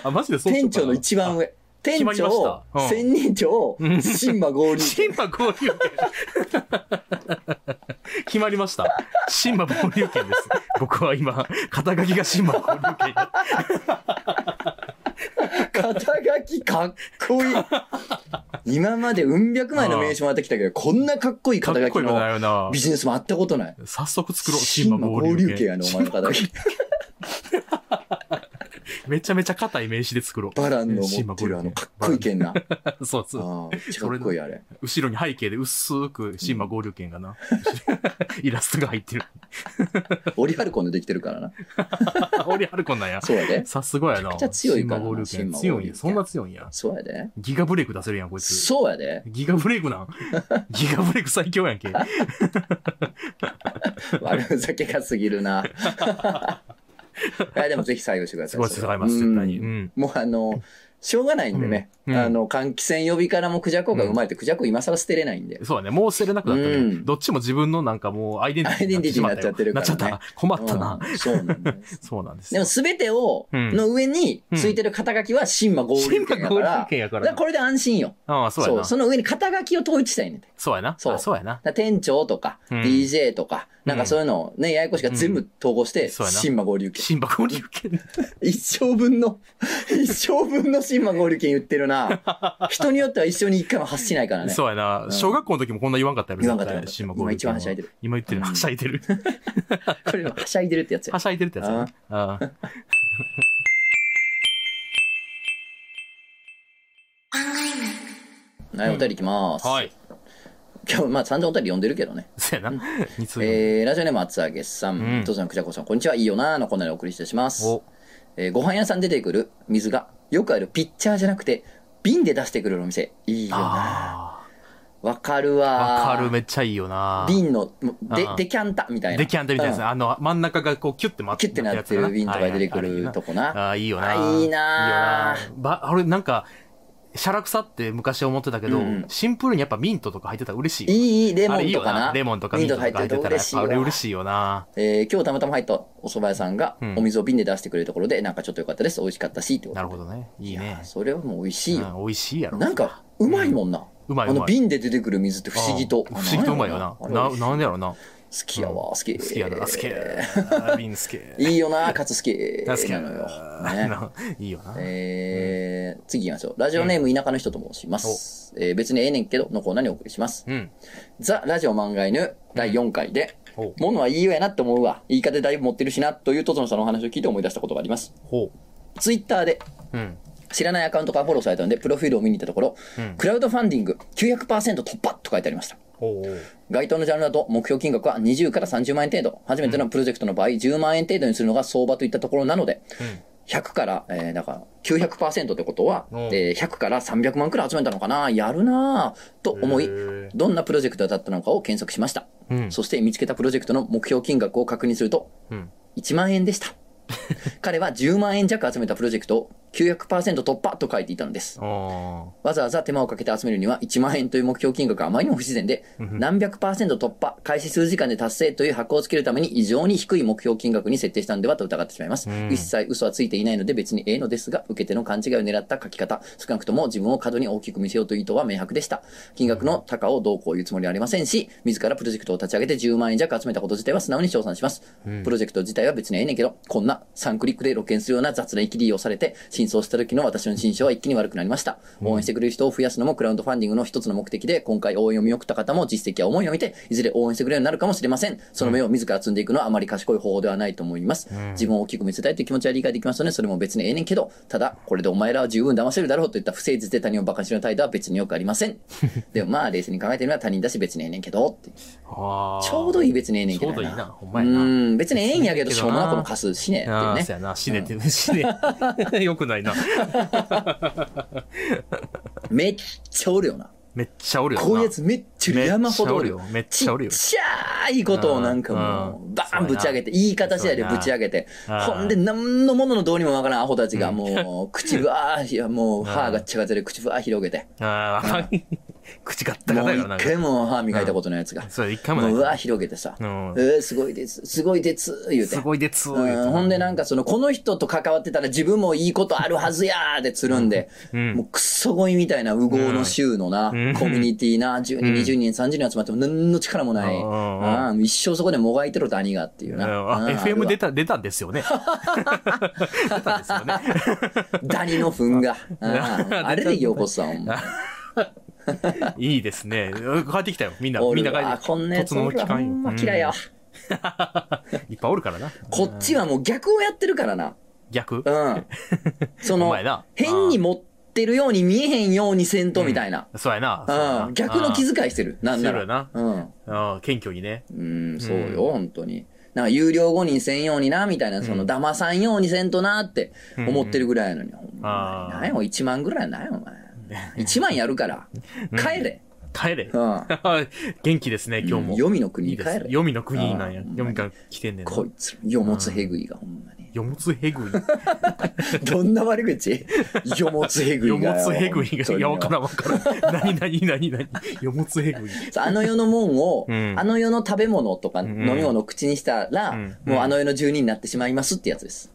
あ、マジでそうし店ようかな長の一番上。店まりまし長た、うん千人長、うん神魔合流 シンバ合流券。 決まりました。シンバ合流券です。僕は今、肩書きがシンバ合流券。肩書きかっこいい。今までうん百枚の名刺もらってきたけど、こんなかっこいいか肩っ書こきよくのないよなビ。ジネスもあったことない。早速作ろう。シシンンマバ合合流流系券やね、お前の肩書き。めちゃめちゃ硬い名刺で作ろう。バランのシ持ンバって合流るあの、券かっこいいけんな。 そうあ そう。あめっちゃかっこいい、あれ。後ろに背景で薄くシンバ合流券がな。イラストが入ってる。オリハルコンでできてるから な。オリハルコンなんや。そうやで。さすがやな。めちゃくちゃ強いからなシンバ合流シン券。バ合流強いん券や。そんな強いんや。そうやで。ギガブレイク出せるやん、こいつ。そうやで。ギガブレイクなん ギガブレイク最強やんけ。悪ふざけがすぎる な。 いやでもぜひ採用してくださすい。ごい使います、うん絶対に。うん。もうあの、しょうがないんでね。うんうんあの、換気扇呼びからもクジャコが生まれて、クジャコ今更捨てれないんで。そうだね。もう捨てれなくなったね。うんどっちも自分のなんか もうアイデンティアティまたよイデンティティになっちゃってるからねなっちゃった。困ったな。うんそうなんだよ そうなんですでよ。も全てを、うんの上についてる肩書きは神魔合流権やか神魔ら。合流権やからなだこれで安心よ。ああ、そうやそな。う。そその上に肩書きを統一したいねんて。うやな。そうあそうやな。だから店長とか、うん DJ とか、なんかそういうのをね、ややこしが全部統合して、んそうやな神魔合流権。シンバ合流券。一生分の、 一生分の神魔合流権言ってるな。人によっては一生に一回も発しないからね。そうやな。ん小学校の時もこんな言わんかったやろ。言わんかった絶対シンバ合流今一番はしゃいでる。る。今言ってる。うんはしゃいでる。これははしゃいでるって やつやは。しゃいでるってやつやな。ああはい、お便りいきます。はい。今日、まあ散々お便り読んでるけどね。そうやな。についえー、ラジオネーム厚揚げさん、うん父さん、くじゃこさん、こんにちは、いいよなーのコーナーでお送りしてします。お、えーご飯屋さん出てくる水が、よくあるピッチャーじゃなくて、瓶で出してくれるお店。いいよなあわかるあ。わーわかる。めっちゃいいよな。瓶の、もうであーデキャンタみたいな。デキャンタみたいなやつうね。あの、真ん中がこう、キュッてまんキュッてなってる瓶とか出てくるとこな。ああ、いいよな。あいいなあいいよなば、あれ、なんか、シャラクサって昔は思ってたけど、うんシンプルにやっぱミントとか入ってたら嬉しい。いいレモあれいンいとよかなな。レモンとかミントとか入ってたら、やっぱあれわ嬉しいよな。えー今日たまたま入ったお蕎麦屋さんがうんお水を瓶で出してくれるところで、なんかちょっと良かったです美味しかったしってことなるほどね。いいいねや。それはもう美味しいよ、うん美味しいやろ。なんかうまいもんな、うまいあうのまい。瓶で出てくる水って不思議とあ不思議とうまいよなあ。れな、好なんでやろうな。好きやわ好き好きやな。好きや。ビン好き。 いいよなカツ好き好きなやのよ、ねな。 いいよな。えー次行きましょうラジオネーム田舎の人と申します、えー別にええねんけどのコーナーにお送りしますうん。ザ・ラジオ漫画犬第4回で、ほう。ものはいいよやなって思うわ。言い方でだいぶ持ってるしな、というとつのさんのお話を聞いて思い出したことがあります。ほツイッターでう。うん。知らないアカウントからフォローされたので、プロフィールを見に行ったところ、うん。クラウドファンディング900%突破と書いてありました。ほう。該当のジャンルだと目標金額は20から30万円程度。初めてのプロジェクトの場合、10万円程度にするのが相場といったところなので、100から、えー、だから900%ってことは、うんえー100から300万くらい集めたのかなやるなぁと思いへー、どんなプロジェクトだったのかを検索しました。うん。うん。そして見つけたプロジェクトの目標金額を確認すると、うん。 1万円でした。彼は10万円弱集めたプロジェクトを900%突破と書いていたのです。あわざわざ手間をかけて集めるには1万円という目標金額はあまりにも不自然で、うん何百パーセント突破、開始数時間で達成という箱をつけるために異常に低い目標金額に設定したのではと疑ってしまいます。うん一切嘘はついていないので別にええのですが、受け手の勘違いを狙った書き方、少なくとも自分を過度に大きく見せようという意図は明白でした。金額の高をどうこう言うつもりはありませんし、自らプロジェクトを立ち上げて10万円弱集めたこと自体は素直に称賛します。うんプロジェクト自体は別にええねんけど、こんな3クリックで露見するような雑な生きりをされて、真相した時の私の心象は一気に悪くなりました。応援してくれる人を増やすのもクラウドファンディングの一つの目的で、今回応援を見送った方も実績や思いを見て、いずれ応援してくれるようになるかもしれません。その目を自ら積んでいくのはあまり賢い方法ではないと思います。うん自分を大きく見せたいという気持ちは理解できますので、それも別にええねんけど、ただ、これでお前らは十分騙せるだろうといった不誠実で他人を馬鹿にしの態度は別によくありません。でもまあ、冷静に考えてみれば他人だし別にええねんけどって。あ。ちょうどいい別にええねんけどちょうどいいなほんうまやな。ん、別にええんやけど、別しにょえうえもけどななこの貸すしねってああいうそうね。やな。死ねて、死ね。 よくないな。めっちゃおるよな。めっちゃおるよな。こういうやつめっちゃおる山ほどおるよ。めっちちゃおるっよ。ちゃいことをなんかもうんう、バーンぶち上げて、いい形やでそうやなぶち上げて。うんほんで、なんのもののどうにもわからんアホたちがもう、口ぶわー、いやもう歯がっちゃがちゃで口ぶわー広げて。ああ、 口がったもかうだよな。一回も歯磨いたことのやつが。そう、一回ももううなわい。ー広げてさ。うえんー、すごいです。すごいです。言うてす。ごいでつうんほんでなんか、かその、この人と関わってたら自分もいいことあるはずやーでつるんで、うんもうクソゴミみたいな、うごうの州のな、うんコミュニティな、10人、うん20人、30人集まっても何の力もない。うんうんうんああ一生そこでもがいてろと兄がっていううんな。あうん FM 出でた、出たんで すよね。出たんですよね。ダニの糞 が。うんああれでようこそさん、お前いいですね。帰ってきたよ。みんな、おみるんな帰わってきた。こんなやつ突のお期るわほ間よんま嫌いやわ。うんいっぱいおるからな。こっちはもう逆をやってるからな。逆 うん。そおの前な、変に持ってるように見えへんようにせんとみたいな。そうやな。そうやう。なん逆の気遣いしてる。なんなしてるよなら。うん。うんうん謙虚にね。うん、そうよ、本当に。なんか有料後にせんようにな、みたいな、その、騙さんようにせんとなって思ってるぐらいやのに、ほんまあーに。何や、1万ぐらいなんや、お前。1万やるから。帰れ。帰れう。 ん。元気ですね、今日も。黄泉の国いにいで帰すね。れ。読みの国なんや。あー読みから来てんねんな。こいつ、よもつへぐいが、ほんまに。よもつへぐい。どんな悪 口よもつへぐよいがよ。もつへぐい本当が、にいや、わからんわからん。なになになになによもつ へぐい。そうあの世のもんを、うんあの世の食べ物とかん飲み物を口にしたら、うんもうあの世の住人になってしまいますってやつ です。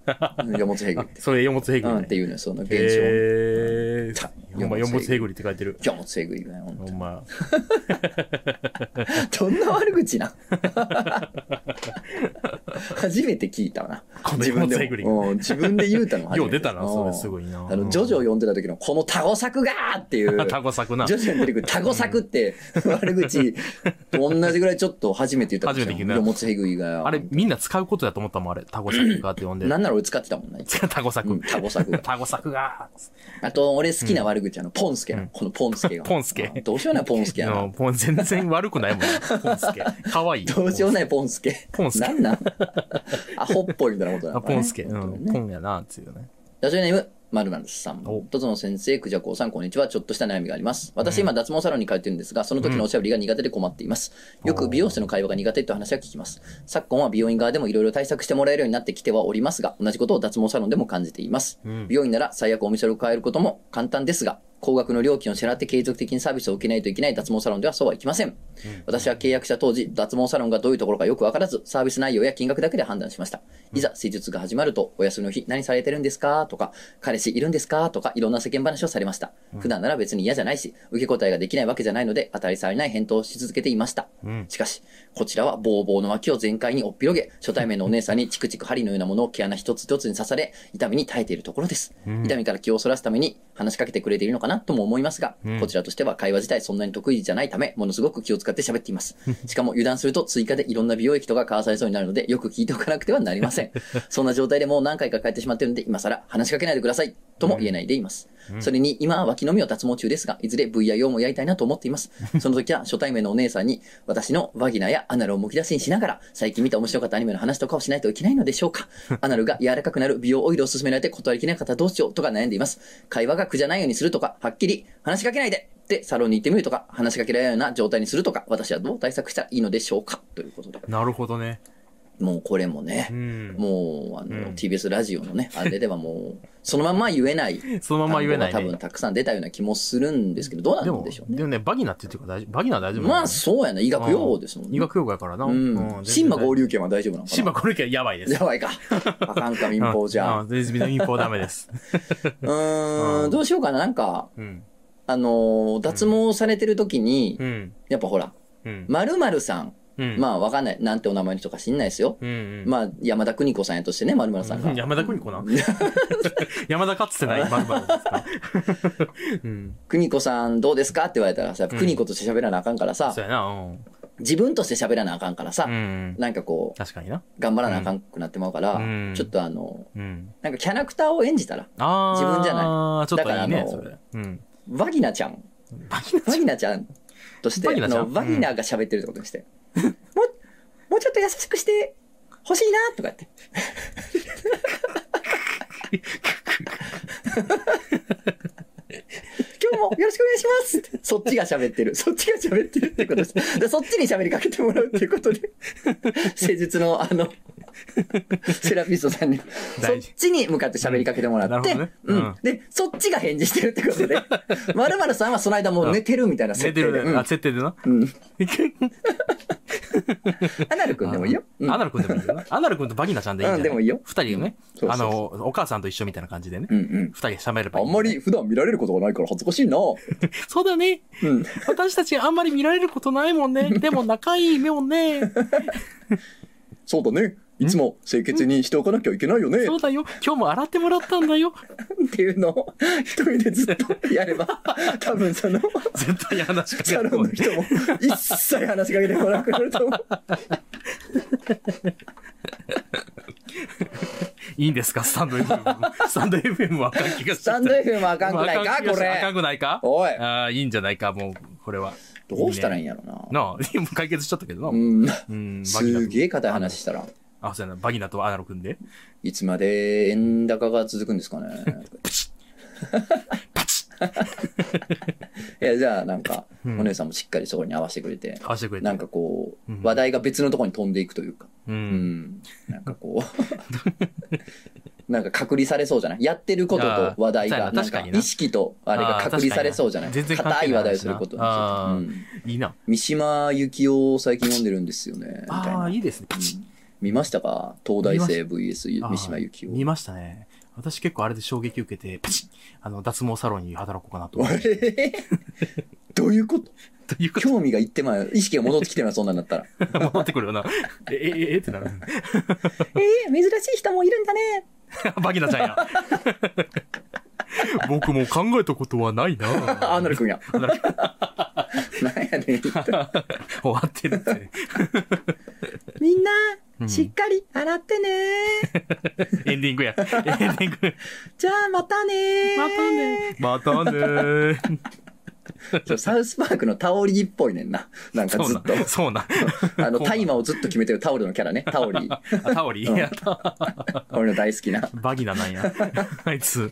よもつへぐいって。それ、よもつへぐういん、ね。っていうのよ、その現象。へたー。ほんま、よもつへぐりって書いてる。今日もつえぐいぐらい、ほんほとんま。 どんな 悪口な初めて聞いたな。この自分でよもつえぐりも。うん自分で言うたの初めて。 よう出たな、それすごい。いな。あの、ジョジョを読んでた時の、このタゴ作がーっていう。 タコ作なジ。ョジョに出てくるタゴ作って、悪 口と同じぐらいちょっと初めて言ったかもしれん初めて聞いたよもつへぐいが。あれ、みんな使うことだと思ったもん、あれ。タコ作がって呼んで。なんなら俺使ってたもんね。 タうコん 作。タゴ作が。タコ作が。あと、俺好きな悪口、あの、ポンスケうなんこのポンスケが。ポンスケあどうしようもないポンスケやうな。んもう全然悪くないもんな。ポンスケ。かわいい。どうしようもないポンスケ。ポンスケなんなんアホっぽいみたいなことなあのかねポンスケ。う本当にん。ねポンやな、っていうね。ラジオネーム、まるまるさんお。とつの先生、くじゃこうさん、こんにちは。ちょっとした悩みがあります。私、今、脱毛サロンに通ってるんですが、その時のおしゃべりが苦手で困っています。よく美容師の会話が苦手という話は聞きます。昨今は美容院側でもいろいろ対策してもらえるようになってきてはおりますが、同じことを脱毛サロンでも感じています。うん美容院なら最悪お店を変えることも簡単ですが、高額の料金を支払って継続的にサービスを受けないといけない脱毛サロンではそうはいきません。私は契約した当時、脱毛サロンがどういうところかよくわからず、サービス内容や金額だけで判断しました。いざ施術が始まると、お休みの日何されてるんですかとか、彼氏いるんですかとか、いろんな世間話をされました。普段なら別に嫌じゃないし、受け答えができないわけじゃないので、当たり障りない返答をし続けていました。うんしかし、こちらはボーボーの脇を全開におっ広げ、初対面のお姉さんにチクチク針のようなものを毛穴一つ一つに刺され、痛みに耐えているところです。うん痛みから気をそらすために話しかけてくれているのかなとも思いますが、うんこちらとしては会話自体そんなに得意じゃないため、ものすごく気を使って喋っています。しかも油断すると追加でいろんな美容液とか買わされそうになるので、よく聞いておかなくてはなりま せん。そんな状態でもう何回か帰ってしまっているので、今更話しかけないでください。とも言えないでいます。それに今は脇のみを脱毛中ですが、いずれ VIO もやりたいなと思ってい ます。その時は初対面のお姉さんに、私のバギナやアナルをむき出しにしながら、最近見た面白かったアニメの話とかをしないといけないのでしょう か。アナルが柔らかくなる美容オイルを勧められて断りきれなかったらどうしようとか悩んでいます。会話が苦じゃないようにするとか、はっきり話しかけないでってサロンに行ってみるとか、話しかけられないような状態にするとか、私はどう対策したらいいのでしょうかということで。なるほどね。もうこれもねう、ん。もうあうのん TBS ラジオのね、あれではもう、そのまんま言えない。そのまま言えない単語が多分。ねたくさん出たような気もするんですけど、どうでなんもでしょ、うね。でもね、バギナって言ってるから大丈夫、バギナは大丈夫なのまあ、そうやな。医学用語ですもんね。医学用語やからな。うん。新馬合流。流圏は大丈夫なのか新馬な合流系はやばいです。やばいか。あかんか、民放じゃ うん。。全然民放ダメです。うー、うんんどうしようかな。なんか、うん。あのー、脱毛されてる時にう、ん。やっぱほら、うん。 〇〇さん、うん。まあわかんない、なんてお名前の人か知んないですよ。うんうん。まあ、山田邦子さんやとしてね、〇〇さんが。山田邦子な 山田かつてないバルバルですかうん。邦子さんどうですかって言われたらさ、うん邦子として喋ら なあかんからさそう、やな。うん自分として喋らなあかんからさう、ん。なんかこ確かにな。う、頑張らなあかんくなってまうからうん、ちょっとあの、うん。なんかキャラクターを演じたら、ああ。自分じゃないい。ちょっといいね、だからあそのれ。うん。バギナちゃん、バギナバギナちゃんとして、バギあナちゃんのバギナが喋ってるってことにして、もう、もうちょっと優しくして欲しいなとか って。今日もよろしくお願いしますってそっちが喋ってる。そっちが喋ってるってことです。でそっちに喋りかけてもらうっていうこと で、施術のあの、セラピストさんに、そっ大事ちに向かって喋りかけてもらって、うんなるほうどねんうんで、そっちが返事してるってこと で、まるまるさんはその間もう寝てるみたいな設寝て定で。うる、んあ、設定でな。うん。 アナル君でもいいよ。うんアナル君でもいいよな。アナル君とバギナちゃんでいいんじゃうんなでもいいよ二人がねそうそう、あの、お母さんと一緒みたいな感じでねう。んうん。二人喋ればあいい。んま。り普段見られることがないから恥ずかしいな。うそうだね。ん。私たちあんまり見られることないもん ね。でも仲いいもんね。そうだね。いつも清潔にしておかなきゃいけないよね。そうだよ。今日も洗ってもらったんだよ。っていうのを一人でずっとやれ ば、多分その、絶対話しかけサないロンの人も一切話しかけてこなくなると 思う。いいんですかスタンド FM。スタンド FM はあかん気がスしタンド F もあかんくないかこあかんれ。くないかおいああ、いいんじゃないか、もう、これは。どうしたらいいんねやろな。なあ、 今解決しちゃったけどな。う。うんん、バギナすげえ硬い話したら。と。あ、そうやな、バギナとアナロ君で。いつまで円高が続くんですかね。 いや、じゃあなんか、おうん姉さんもしっかりそこに合わせてくれて、合わせてくれて。なんかこうう、ん話題が別のところに飛んでいくというか、う。うんん、なんかこう、 なんか隔離されそうじゃないやってることと話題あが、あなん確かかにな意識とあれが隔離されそうじゃないああ確かにな硬い話題をすることに全然関係ない話なうんいいな。三島由紀夫を最近読んでるんですよね、みたいあなあ、。いいですね。パチッうん見ましたか東大生 VS あー三島由紀夫。見ましたね。私結構あれで衝撃受けて、パチッあの、脱毛サロンに働こうかなと思っえて。ー どういうことということ興味がいってまう。意識が戻ってきてまう、そんなんなった ら。で戻ってくるよな。え、え、え、えってなる。ええ珍しい人もいるんだね。バギナちゃん や。僕も考えたことはないなあ、なるくんや。アナル君なんやねん。終わってるって。 みんな、うんしっかり洗って ね。エンディングや。エンディング。じゃあまたねまたね。またね。そうサウスパークのタオリーっぽいねんな。なんか ずっと。そうな。あの、大麻をずっと決めてるタオルのキャラね。タオリー。そうなあタオリー、うんやった俺の大好き な。バギナなんや。 あいつ。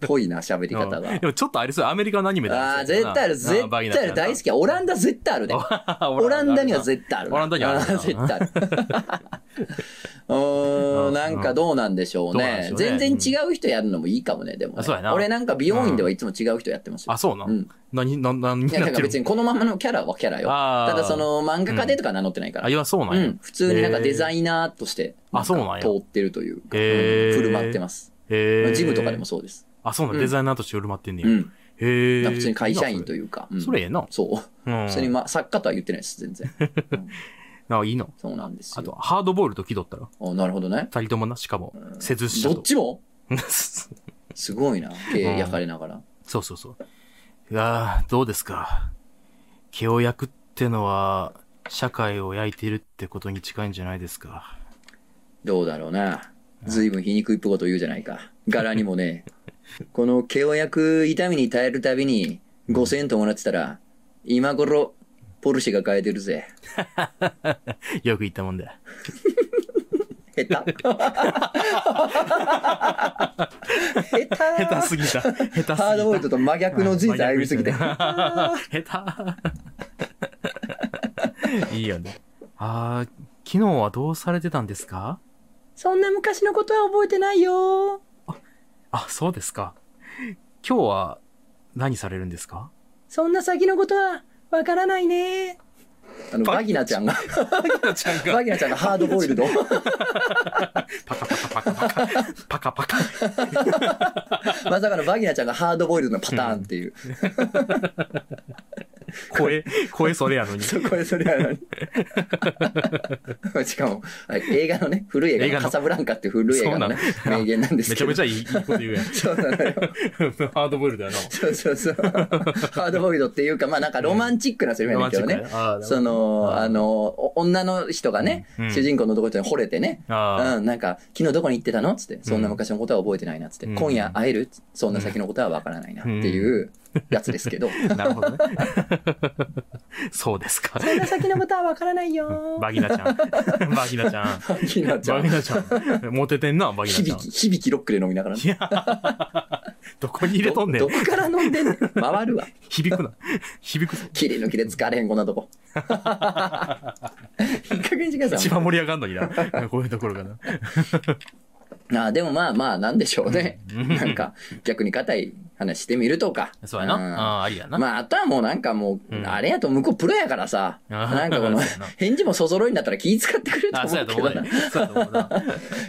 ぽいな、喋り方うんがで。もちょっとありそう。アメリカのアニメだ。ああ、絶対ある。そう絶やな対ある。大好。きや。オランダ絶対あるで。あ オランダには絶絶対あるな。オランダにはあるなー 絶対ある。 うーん、なんかどうなんでしょうどうなんでね。しょう全ね然違う人やるのもいいかもね、でもね、あそうやな俺なんか美容院ではいつも違う人やってますよあ、。そうなう。ん。何、何、何いや、だから別に。にこのままのキャラはキャラよ。あーただその漫画家でとか名乗ってないかあ、らい。や、そうなうんや。ん。普通になんかデザイナーとして、あそうなんや通ってるというか、へーうん振る舞ってます。へージムとかでも。そうです。あ、そうなうんんデザイナーとして売るまってんねうや。ん。へえ。普通に会社員といいうか。ううんそれええな。そう。うん。それにまあ、作家とは言ってないです、 全然。あ、いいの。そうなんですあと、よ。ハードボイルド気取ったら。あなるほどね。二人ともな、しかも、施術者どと。っちもそすごいな。毛焼かれながら。うそうそう。いやーどうですか。毛を焼くってのは、社会を焼いてるってことに近いんじゃないですか。どうだろうな。ずいぶん皮肉いっぽいこと言うじゃないか。柄にもね、この毛を焼く痛みに耐えるたびに5000円ともらってたら、今頃、ポルシェが買えてるぜ。よく言ったもんだ。下手下手下手すぎた。下手すぎた。ハードボイルドと真逆の人生あ歩みすぎて。 下手。いいよね。あー昨日はどうされてたんですかそんな昔のことは覚えてないよ。あ、そうですか。今日は何されるんですかそんな先のことはわからないね。あの、バギナちゃんが、ちゃんバギ ナちゃんがハードボイルド。パカパカパカパカ。パカパカ。 まさかのバギナちゃんがハードボイルドのパターンっていう。声、声それやのに。そ こへそれやのに。しかも、映画のね、古い映映画画ののカサブランカっていう古い映画のね、そうなん名言なんですめちけゃど。めちゃいいいいこと言うや ん。そうなのよ。ハードボイルドやな。そうそうそう。ハードボイルドっていうか、まあなんかロマンチックなセリフやねんけどね。あーその、あの、お女の人がね、うん主人公の男の人に惚れてね、あうん、なんか、昨日どこに行ってたのつって、そんな昔のことは覚えてないな、つって、うん今夜会えるそんな先のことはわからないな、っていうやつですけ ど、ーなるほどね。 そうですか。そんな先のことはわからないよバギナちゃん。 バギナちゃん。ひなちゃバんギ、ナちゃん。モテてんな、バギナちゃ響ん。き、響きロックで飲みながらねいや、どこに入れとんねんど。どこから飲んでんねん。回るわ。響くな。響くぞ。切り抜きで疲れへん、こんなとこ。いい加減にしてくだ一さ番盛り上がんのにな。こういうところかな。い。ああでもまあまあ、なんでしょうね。うんなんか、逆に硬い話してみるとか。そうやな。んああ、ありやな。まあ、あとはもうなんかもう、うんあれやと向こうプロやからさ、あーなんかこの そうやな、返事もそぞろいになったら気遣ってくれるとあ、そ思うやうとけ思どうなね。。そうやと思うな。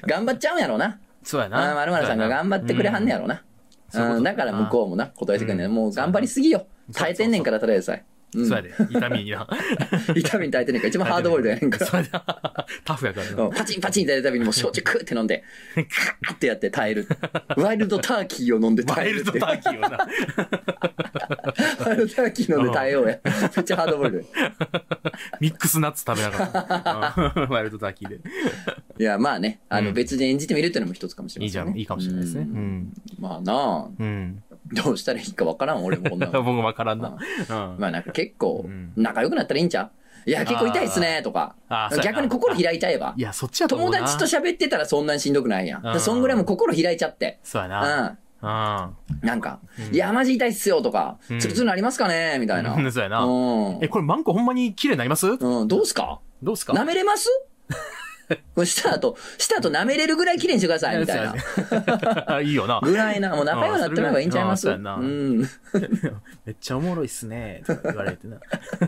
頑張っちゃうんやろうな。そうやあな。あ、まるまるさんが頑張ってくれはんねやろ。ろうな。そうやなうそん、ういうことだから向こうもな、答えてくれんね。うんんもう頑張りすぎよ。うそう耐えてんねんから、ただでさえ。うんそうやで。痛みにな。 痛みに耐えてんねんから、一番ハードボイルドやねんから。そうやな。タフやからうな。んパチンパチンってやるたびにもう焼酎クーって飲ん で、カーってやって耐える。ワイルドターキーを飲んでワ耐えイるルっドて。タワーキーをな。イルドターキー飲んで耐えようや。めっちゃハードボイルドや。ミックスナッツ食べながら。うん ワイルドターキーで。いや、まあね、あうのん別に演じてみるっていうのも一つかもしれないいいじゃん。いいかもしれないですうね。う。んん。まあなあ、うん。どうしたらいいかわからん、俺もこんな僕の。もわからんな。うんうん。まあなんか結構うん、仲良くなったらいいんちゃういや、結構痛いっすね、とかあーそう。やな逆に心開いちゃえばい。や、そっちやと思友うな。達と喋ってたらそんなにしんどくないやん。うんでそんぐらいもう心開いちゃって。そうやうな。ん。うん。なんか、うんいや、マジ痛いっすよとか、うんツルツルなりますかねみたいな。うんそうやなうんえ、これマンコほんまに綺麗になりますうん、どうすかどうっすか舐めれますこれ舌と、舌と舐めれるぐらい綺麗にしてください、みたいな。な。 いいよな。ぐらいな、もう仲良くなってもらえばいいんちゃいますあーそれぐらいあーそうやうん。めっちゃおもろいっすね。とか言われてな。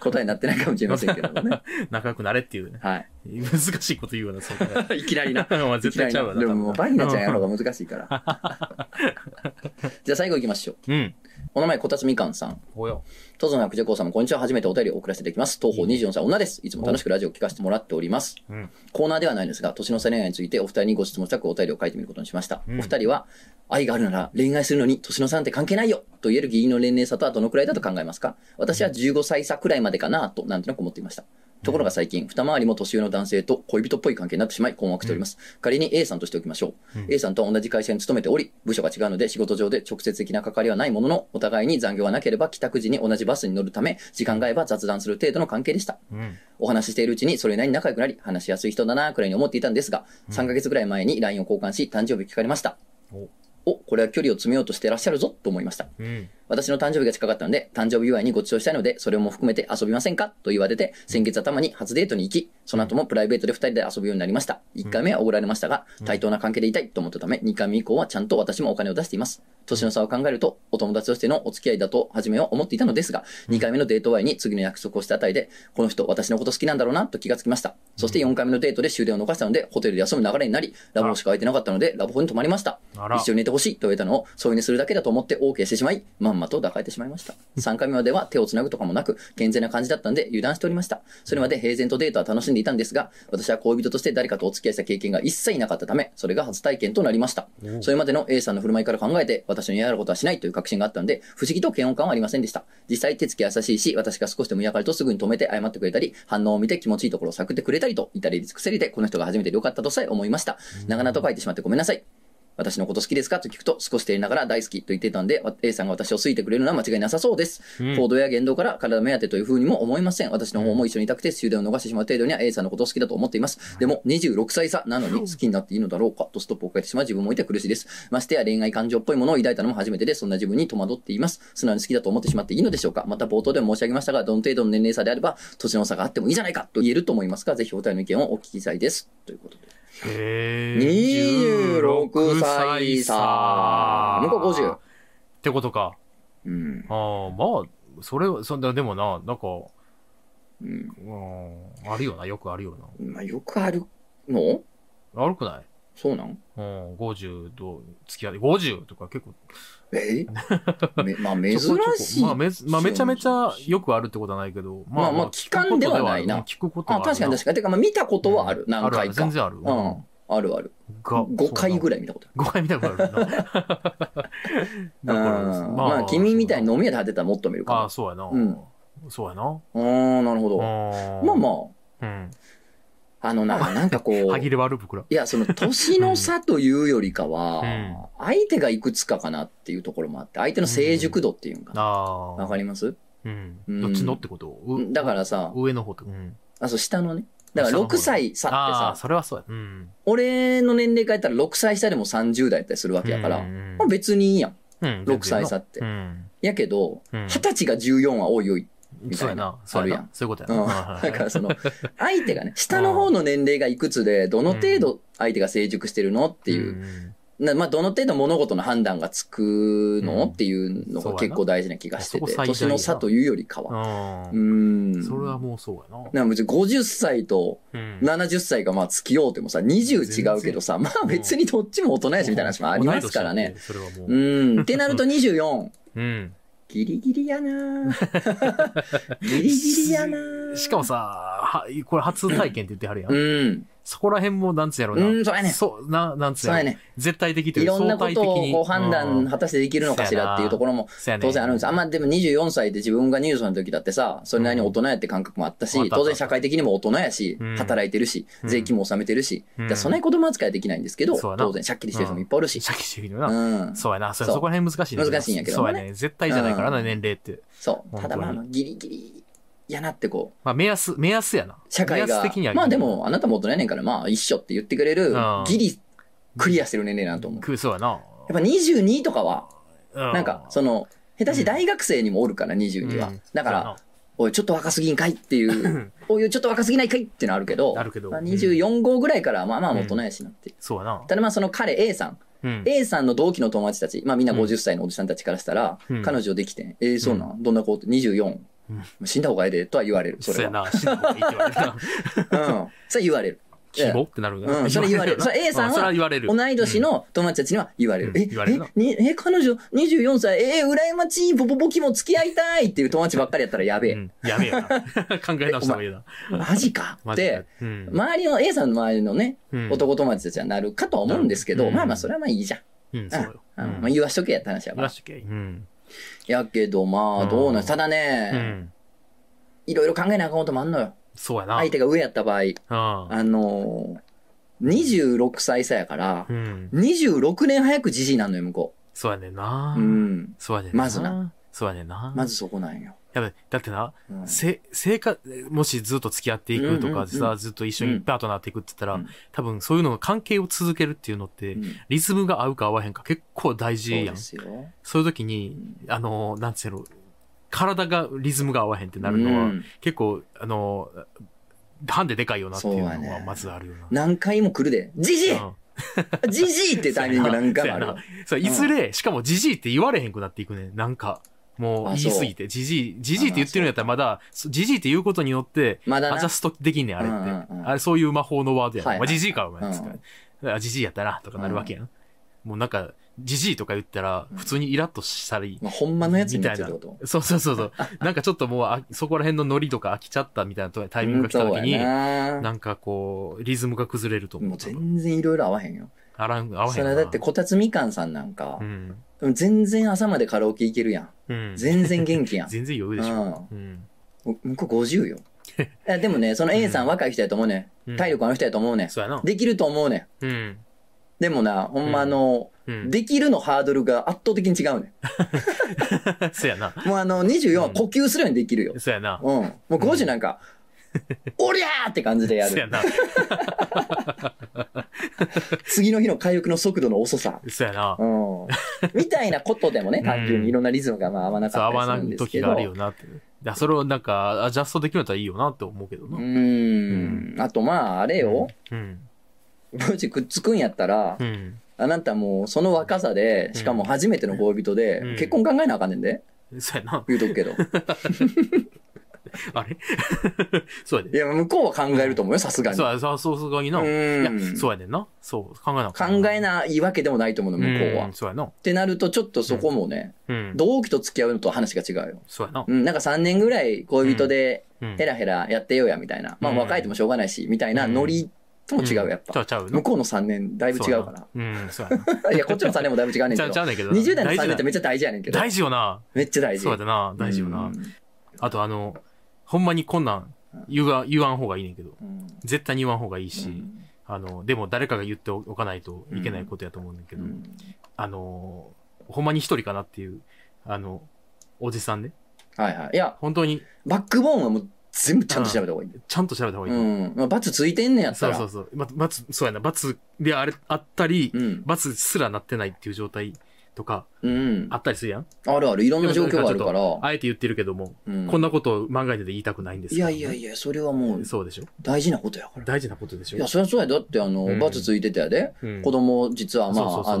答えになってないかもしれませんけどもね。仲良くなれっていうね。はい。難し いこと言うよな、そん ないきなり な。まあ絶対ちゃうわな。でももうバニラちゃんやろううが難しいから。 じゃあ最後行きましょう。ん。うん。お名前、こたつみかんさん。およ。とぞなくじょこうさんもこんにちは。初めてお便りを送らせていただきます。東方24歳女です。いつも楽しくラジオを聞かせてもらっております。うん。コーナーではないんですが、年の差恋愛についてお二人にご質問したくお便りを書いてみることにしました。うんお二人は、愛があるなら恋愛するのに年の差なんて関係ないよと言える議員の年齢差とはどのくらいだと考えますか私は15歳差くらいまでかなとなんとなく思っていました。ところが最近、二回りも年上の男性と恋人っぽい関係になってしまい困惑しております。仮に A さんとしておきましょう。A さんとは同じ会社に勤めており、部署が違うので仕事上で直接的な関わりはないものの、お互いに残業がなければ帰宅時に同じバスに乗るため、時間が合えば雑談する程度の関係でした。うん。お話ししているうちにそれなりに仲良くなり、話しやすい人だなくらいに思っていたんですが、3ヶ月ぐらい前に LINE を交換し、誕生日を聞かれました。お。お、これは距離を詰めようとしてらっしゃるぞと思いました。うん。私の誕生日が近かったので、誕生日祝いにご馳走したいので、それも含めて遊びませんかと言われて、先月頭に初デートに行き、その後もプライベートで2人で遊ぶようになりました。1回目はおごられましたが、対等な関係でいたいと思ったため、2回目以降はちゃんと私もお金を出しています。年の差を考えると、お友達としてのお付き合いだと初めは思っていたのですが、2回目のデート前に次の約束をしたあたりで、この人、私のこと好きなんだろうなと気がつきました。そして4回目のデートで終電を逃したので、ホテルで休む流れになり、ラブホしか空いてなかったので、ラブホに泊まりました。あら一緒に寝てほしいと言えたのを、添い寝するだけだと思って OK してしまい、まんまと抱かれてしまいました。3回目までは手をつなぐとかもなく、健全な感じだったんで油断しておりました。それまで平然とデートは楽しんでいたんですが、私は恋人として誰かとお付き合いした経験が一切なかったため、それが初体験となりました。それまでの A さんの振る舞いから考えて、私にやることはしないという確信があったんで、不思議と嫌悪感はありませんでした。実際手つき優しいし、私が少しでも嫌がるとすぐに止めて謝ってくれたり、反応を見て気持ちいいところを探ってくれたりと、至れり尽くせりで、この人が初めてでよかったとさえ思いました。長々と書いてしまってごめんなさい。私のこと好きですかと聞くと、少し照れながら大好きと言っていたんで、わ A さんが私を好いてくれるのは間違いなさそうです。行動や言動から体目当てというふうにも思いません。私の方も一緒にいたくて終電を逃してしまう程度には A さんのことを好きだと思っています。でも、26歳差なのに好きになっていいのだろうかとストップをかけてしまう自分もいて苦しいです。ましてや恋愛感情っぽいものを抱いたのも初めてで、そんな自分に戸惑っています。素直に好きだと思ってしまっていいのでしょうかまた冒頭でも申し上げましたが、どの程度の年齢差であれば、年の差があってもいいじゃないかと言えると思いますが、ぜひお二人の意見をお聞きしたいです。ということで。えー、 26歳差。向こう50っ。てことか。うん。ああ、まあ、それは、そんな、でもな、なんか、うん。うん、あるよな、よくあるよまあ、よくあるのな。悪くないそうなんうん、50と付き合い、50とか結構、 えめまあ、ち珍ょこちょこしい。まあめず、まあ、めちゃめちゃよくあるってことはないけど、まあまあ期間ではないな聞くことはあ、ある確かに確かに。てか、まあ、見たことはある。何あるあ回るか全。然ある。うん。あるある。が5回ぐらい見たことある。 5回見たこと あるな。だからうんまあ、君みたいに飲み屋で当てたらもっと見るああ、かそうやな。うんそうやな。も。ああ、なるほど。ままあまあ。うん。あ、あの な、なんかこ歯う、切れ悪い袋。いや、その、年の差というよりかうはん、相手がいくつかかなっていうところもあって、相手の成熟度っていうんかあな。あ。わかりますうん。うんどっちのってことうだからさ、上の方と。うん。あ、そう、下のね。だから下の方6歳差ってああ、さ、それはそうや。うん。俺の年齢変えたら6歳下でも30代やったりするわけやから、うんまあうん別にいいやん。うん。 6歳差っってう。ん。やけど、うん20歳が14は多い多い。みそうたいやなな。そうやあるやんな。そういうことうやん。な。 だからその、相手がね、下の方の年齢がいくつで、どの程度相手が成熟してるのっていう、う。なまあどの程度物事の判断がつくの、うんっていうのが結構大事な気がしてそうて、やな年の差というよりかは。う。うんん。それはもうそうやな。なんか別に50歳とうん70歳がまあ付き合うてもさ、20違うけどさ、まあ別にどっちも大人やしみたいな話もありますからね。。それはもうう。ん。って なると24。うん。ギリギリや なぁギリギリやなぁしかもさ、はこれ初体験って言ってはるや。うんん。そこら辺もなんつうやろうな。ん、そうやね。そう、な、なんつうそうややろ。ね。絶対的といいうかろんな相こ対と的をに。こう判断うん果たしてできるのかしらっていうところもそうやね当然あるんです。あ、まあでも24歳で自分が20歳の時だってさ、それなりに大人やって感覚もあったうんあし、った当然社会的にも大人やしうん、働いてるし、うん税金も納めてるし、うんじゃそんなに子供扱いはできないんですけど、そうやな当然借金してる人もいっぱいおるし、シャキシャキのうな。ん。そうやな。それそうそこら辺難しいね難しいんやけどそもうねやね。絶対じゃないかうらな、ん年齢って。そう。ただまあ本当ギリギリやなってこう、まあ、目安、目安やな。社会目が安的には。まあで、も、あなたも大人やねんから、まあ一緒って言ってくれるうん、ギリクリアしてる年齢なんと思う。くそうやな。やっぱ22とかは、うなんか、その、下手し大学生にもおるから、22はうん。だかそうやらな、おい、ちょっと若すぎんかいって いう、おい、ちょっと若すぎないかいってのあるけど、あるけどまあ、24号ぐらいから、まあまあ大人やしなっていう。そうやな。ただまあその彼 A さん、うん。 A さんの同期の友達たち、まあみんな50歳のおじさんたちからしたらうん、彼女できてん、えー、そうなん、どんな子って24うん。死んだ方がええで、とは言われる。そそうれやは。な。死ぬ方がいいって 言われるな。うん。それ言われる。希望ってなるうん、それ言われ る。それ A さんうそれはは言われる。同い年の友達たちには言われる。うんえ、言われるなえ、にえ、彼女24歳、えー、羨ましい、ボボボキも付き合いたいっていう友達ばっかりやったらやうべえ。ん。やべえな。 考え直した方がいいな。マジかっマジてで、。うん周りの A さんの周りのね、うん男友達たちはなるかとは思うんですけど、うんまあまあそれはまあいいじゃん。うん、そうよ。うんうんまあ言わしとけやった話やから。ラッシュ系。うん。やけどまあどうなん、うんただうね、ん。いろいろ考えなあかんこともあんのよ。そうやな。相手が上やった場合、うあのー、26歳差やから、ん。うん。 26年早くじじいなんのよ、向こそうやねんな。う。うん。そうやねんな。まずな。そうやねんな。まずそこなんよ。やべ、だってな、うんせ、生活、もしずっと付き合っていくとかでうんうんうさ、ずっと一緒うにんパートナーっていくって言ったらうん、多分そういうのが関係を続けるっていうのってうん、リズムが合うか合わへんか結構大事そうやでん。すよ。そういう時に、あの、なんつうの、体がリズムが合わへんってなるのうは、ん結構、あの、ハンデでかいよなっていうそうのやはねまずあるよな。何回も来るで。じじいうんじじいってタイミング何回もあるそうやなそういずれ、しかもじじいって言われへんくなっていくねん。なんか、もうあ言いすぎて、じじい、じじいって言ってるんやったらまだ、そじじいって言うことによって、まだアなジャ。ストできんねん、あれって。うんうんうんあれ、そういう魔法のワードやはねいん。はいまあ、じじいか、お前。うんつってあ、じじいやったな、とかなるわけやん。もうなんか、じじいとか言ったら、普通にイラッとしたり、まあ、ほんまのやつになっちゃうってことそうそうそ うそう。なんかちょっともうあ、そこら辺のノリとか飽きちゃったみたいなとタイミングが来た時にうんそう、やななんかこう、リズムが崩れると思もうう。全然いろいろ合わへんよ。あらん、合わへんそれはだってこたつみかんさんなんかう、ん。全然朝までカラオケ行けるやん。うん。全然元気やん。 全然余裕でしょ。うん。うん。向こう50よ。 いやでもね、その A さん若い人やと思うね。うんん体力あの人やと思うねん。そうやな。できると思うねん。うん。でもな、ほんまあの、うん。できるのハードルが圧倒的に違うねそうやな。ん。もうあの、24は呼吸するようにできるよ。そうやな。うん。もう5時なんか、おりゃーって感じ でやそうやる。な。次の日の回復の速度の遅さ。そうやな。うん。みたいなことでもね、ん単純にいろんなリズムがまあ合わなそう、か合ったりわすなるんいです時けがあどる。よなって。いや、それをなんか、アジャストできるんだったらいいよなって思うけどうな。ーん。あとまあ、あれよ。うん。もしくっつくんやったらう、ん。あなたもうその若さで、しかも初めての恋人でうん、結婚考えなあかんねんで。そうやな。言うとくけど。あれそうやいで。や、向こうは考えると思うよ、さすがに。そううや、さそうすがにな。いやん。、そうやねんな。そう、考えなあ考かんえないわけでもないと思うの、向こうは。んっそうやな。てなると、ちょっとそこもね、うん。同期と付き合うのとは話が違うよ。そうやな。うん、なんか3年ぐらい恋人でうんヘラヘラやってようやみたいな、まあうん若いてもしょうがないしみたいなノリとも違うやっちゃぱ、うちゃうな向こうの3年だいぶ違うからそうやなうん、そうやいやこっちの3年もだいぶ違うねな。んけちゃうどちゃうねんけどな。 20代の3年大って事めっちゃ大事やねんけなど大事よな。めっちゃ大事そうだな。大事よな。うんあとあの、ほんまにこんなん言わ言わん方がいいねんけど。うん絶対に言わん方がいいし、うんあの、でも誰かが言っておかないといけないことやと思うんだけど、あの、ほんまに一人かなっていう、あの、おじさんね。はいはいいや本当にバックボーンはもう全部ちゃんと調べた方がいいちゃんと調べた方がいいうと思う。ん、まあ、罰ついてんねんやったそうらそうそう。ま、罰、そうやな。罰であれ、あったり、うん罰すらなってないっていう状態とか、うんあったりするやん。あるあるいろんな状況があるから、あえて言ってるけども、うんこんなことを漫画で言いたくないんですいけどやねいやいやそれはもうそうでしょ大事なことやから大事なことでしょいや、そりゃそうや。だって、あの、うん罰ついてたやで。うん子供、実は、まそうあ、そあうそうそう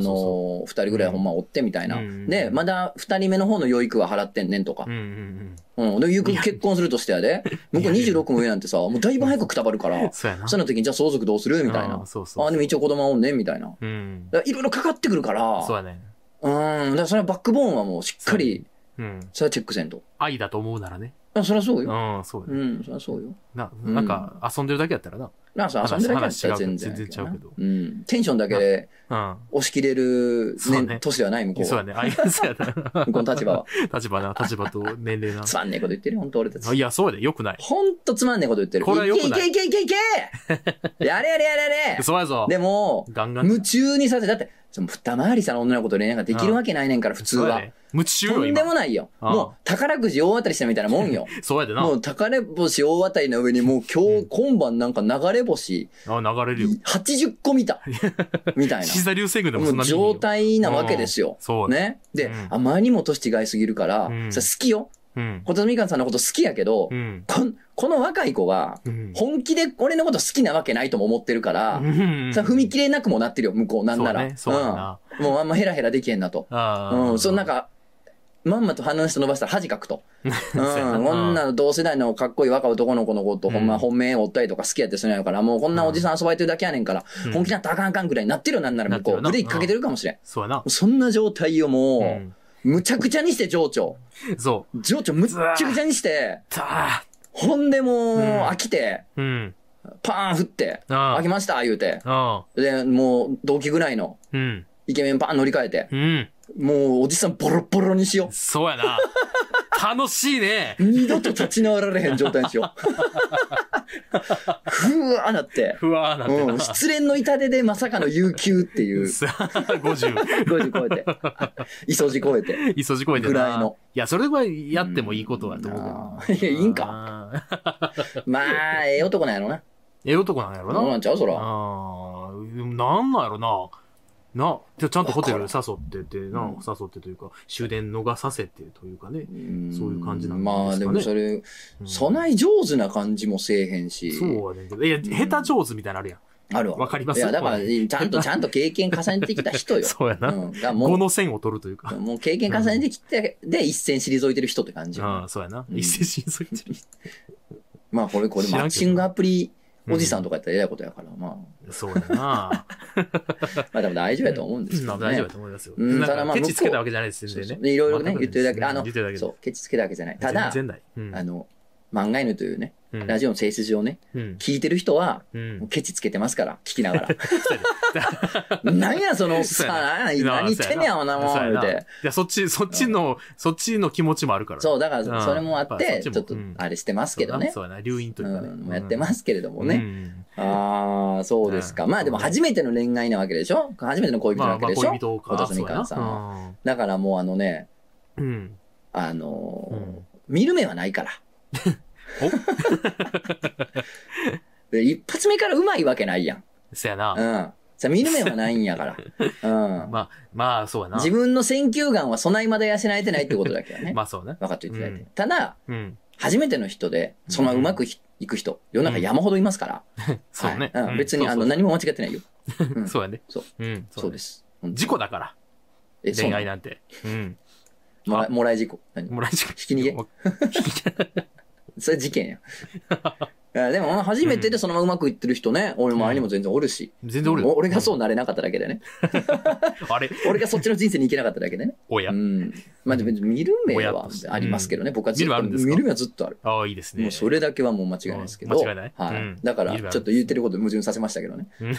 の、二人ぐらいほんまおってみたいな。うんで、まだ二人目の方の養育は払ってんねんとかうん。うんうん。で、ゆく結婚するとしてやで。向こういやいや26も上なんてさ、もうだいぶ早くくたばるかうん。ら、そうやな。その時に、じゃあ相続どうするみたいあーな。そうそうそう。あ、でも一応子供はおんねんみたいな。だかうん。らいろいろかかってくるから、そうやね。うん。だからそれはバックボーンはもうしっかり、うん。それはチェックせんと。愛だと思うならね。あそりゃそうよ。うん、そうやうね。ん、そりゃそうよ。な、うんなんか、遊んでるだけやったらな。なんかさ、遊んでるだけやったら話違全う然やな。全然違うけどうん。テンションだけで押し切れる、そねうね、年ではない向うこん。うそうはや。ね。愛、そうやな。 向こうの立場は。立場な、立場と年 齢な。つまんねえこと言ってるよ、ほんと俺たいち。や、そうやで。よくない。ほんとつまんねえこと言ってる。これは良くいなけいいけいけいけい けやれやれやれやれそうやぞ。でも、ガンガン。夢中にさせ、だって、その二回りした女の子と恋愛ができるわけないねんから、普通そうやは。で。夢中とよ、んで今。もないよ。うんもう、宝くじ大当たりしたみたいなもんよ。そうやでな。もう、宝星大当たりの上に、もう今う日、ん今晩なんか流れ星、あ、流れるよ。 80個見 た。みたい岸な。田流星群でもそんもなう見に行くよ状態なわけですようん。そうや。ね。でうん、あまりにも年違いすぎるから、うんそれ好きよ。うん。琴美香さんのこと好きやけどう、ん。こんこの若い子が、うん。本気で俺のこと好きなわけないとも思ってるから、うんさ踏み切れなくもなってるよ、向こう、なんなら。そうやねそうやな。うん。もうあんまヘラヘラできへんなと。ああ。うん。そのなんか、まんまと話して伸ばしたら恥かくと。うん。 そうやなこんな同世代のかっこいい若い男の子のこと、ほんうまん本命おったりとか好きやってするやから、もうこんなおじさん遊ばれてるだけやねんから、うん本気なんてあかんあかんぐらいになってるよ、なんなら向こう。ブなっレてるなーキかけてるかもしれん。もそうやなう。そんな状態をもう、うんむちゃくちゃにして情緒。そう。情緒むっちゃくちゃにして、たあほんでもううん飽きて、うん。パーン振って、あ飽きました言うて。あ。で、もう同期ぐらいのうん。イケメンパーン乗り換えて、うん。もうおじさんボロボロにしよそう やな。楽しいねう。。二度と立ち直られへん状態にしよ ふわーなって。ふわーなってうん、な。失恋の痛手でまさかの有給っていう、さあ、50。 50超えて、磯路超えて。いそじ超えてぐらいなの。いや、それはやってもいいことだと思うけど。いやいいんかか。まあ、ええ男なんやろな。ええ男なんやろそうなな。んちゃうそら。あーなんなんやろな。な、じゃあちゃんとホテル誘ってて、な、うん誘ってというか、終電逃させてというかね。そそういう感じなんですかねまあでもそれ、うん備え上手な感じもせえへんし。そうはねんけど。いや、ん下手上手みたいなのあるやん。あるわ。わかりますいや、だから、これちゃんと、ちゃんと経験重ねてきた人よ。そうやうな。ん。が5もの線を取るというかう、。もう経験重ねてきて、で、一線退いてる人って感じ。ああ、そうやな。うん一世心添いてる。まあこれ、これ、知らマんけどッチングアプリおじさんとかやったらえらいことやから、まあ、そうやな。まあでも大丈夫やと思うんですけまあど大丈夫だね。と思いますよ。うんなただんまかあケチつけたわけじゃないですそうよそうね。でいろいろね全、く言ってるだけで、あの言、ってるだけで。そう、ケチつけたわけじゃない。ただ、全然ない。うんあの、漫画犬というね、うんラジオの性質上ね、うん。聞いてる人は、うんもうケチつけてますから、聞きな がら。 なんや、そのおっさん、何な言ってんねや、おなもん、そ言うやうないて。や、そっち、そっちの、そっちの気持ちもあるから。そうう、だから、それもあっうんやっぱて、そっちちもょっと、あれしてますけどね。そうやな、留飲というかね。うん、やってますすけれどもうね。んああ、そうですか。うんまあでも、初めての恋愛なわけでしょ初めての恋人なまあ、わけまあ、でしょ、恋人か。私みかんさんはだからもう、あのね、そうやなうん。うんあのーうん見る目はないから。 で一発目からうまいわけないやん。そうやな。うん。さ見る目はないんや から。うん。まあ、まあ、そうやな自。分の選球眼は備えまで養えてないってことだけどね。まあ、そうね。分かっていただいて。うんただ、うん。初めての人で、そのうまくひいく人、世の中山ほどいますから。そうねはい。うんうん別に、そうあそうの、何も間違ってないよ。うんそうやね。そう。うん。そうねで。す。本当に事故だから。え、そう恋な愛のなんて。うん。もらいもらい事故。何もらいしかひき逃げもそれ事 件や。いやでも、初めてでそのままうまくいってる人ね、俺周りにも全然おるし。全然おるよ。お俺がそうなれなかっただけでね。あれ俺がそっちの人生に行けなかっただけでね。おやう。ん。まあ、でも見る目ぼやっはとしてありますけどね。僕はずっ見る目あと、るんですか見る目はずっとある。ああ、いいですね。もうそれだけはもう間違いないですけど。うん間違いないはうんい。だかいら、いちょわっと言ってること矛盾させましたけどね。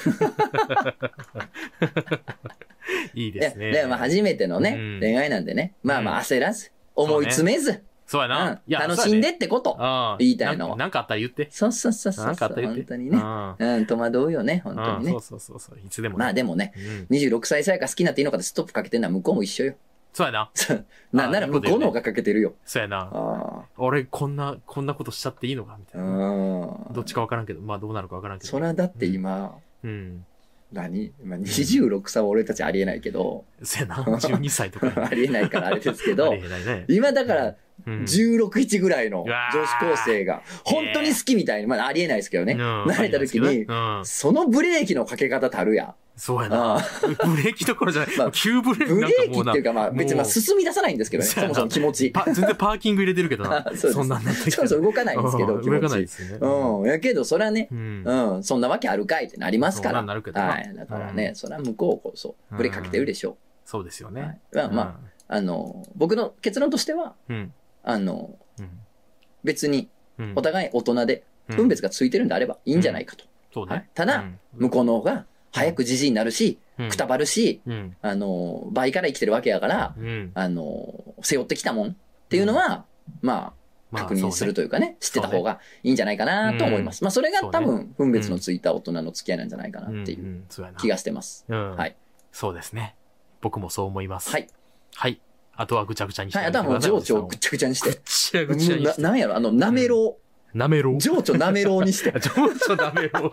いいですね。で、まあ、初めてのうねん、恋愛なんでね。まあまあ、焦らず、思い詰めず、そうやうんな。いや楽しん。そうやでねってこと。ああ言いたいのはなんなんかあったら言って。そうそうそうそなうんかそあっう。たら言って。本当にね。本うん、戸惑うよね、本当にねそう。そうそうそう。いつでもね。まあでもね、うん26歳さやか好きになっていいのかってストップかけてんのは向こうも一緒よ。そうやな。なあーなら向こうの方がかけてるよ。そう やな。あ俺、こんな、こんなことしちゃっていいのかみたあ。いな。うん。どっちかわからんけど、まあどうなるかわからんけそど。らだって今、うん。何、まあ、26歳は俺たちありえないけど、そうやな。12歳とか。 ありえないからあれですけ あどり、えないね。今だからうん16、1ぐらいのうわー女子高生が、本当に好きみたいに、まあありえないですけどね、うん慣れた時ありえないですけにど、ねうんそのブレーキのかけ方たるや。そうやな。あブレーキどころじゃない。まあ急ブレーキブなレんかーキもうっなていう。か、まあ別にまあもう進み出さないんですけどね、そそうやなもそも気持ち。パ全然パーキング入れてるけどな。 そうですそんなんなったそもそも動かないんですけうど、ん気動持かないでち。すね。うん。やけど、それはね、うん。うん、そんなわけあるかいってなりますかそら。うなるけどなはい。だからね、それは向こうこそ、ブレーキかけてるでしょそうですよう。はね。いまあまあ、あの、僕の結論としては、あ。うん。あの、うん別にうんお互い大人でうん分別がついてるんであればいいんじゃないかと。そうはいね。ただうん、向こうの方が早くじじいになるし、うんくたばるし、うん。あの、倍から生きてるわけやから、うん。あの、背負ってきたもんっていうのは、まあ、まあ確認するそというかね、知ってた方がいいんじゃないかなと思います。まあ、それがそうね多分、分別のついた大人の付き合いなんじゃないかうねなっていんうんそうやな気。がしてます。うんはい。そうですね。僕もそう思います。は。い。はい。あとはぐちゃぐちゃにしてはい、ああとはもう情緒をぐっちゃぐちゃにしぐて。ちゃぐちゃになして。なんやろあの、なめろなめろう。う。情緒なめろうに して。情緒なめろ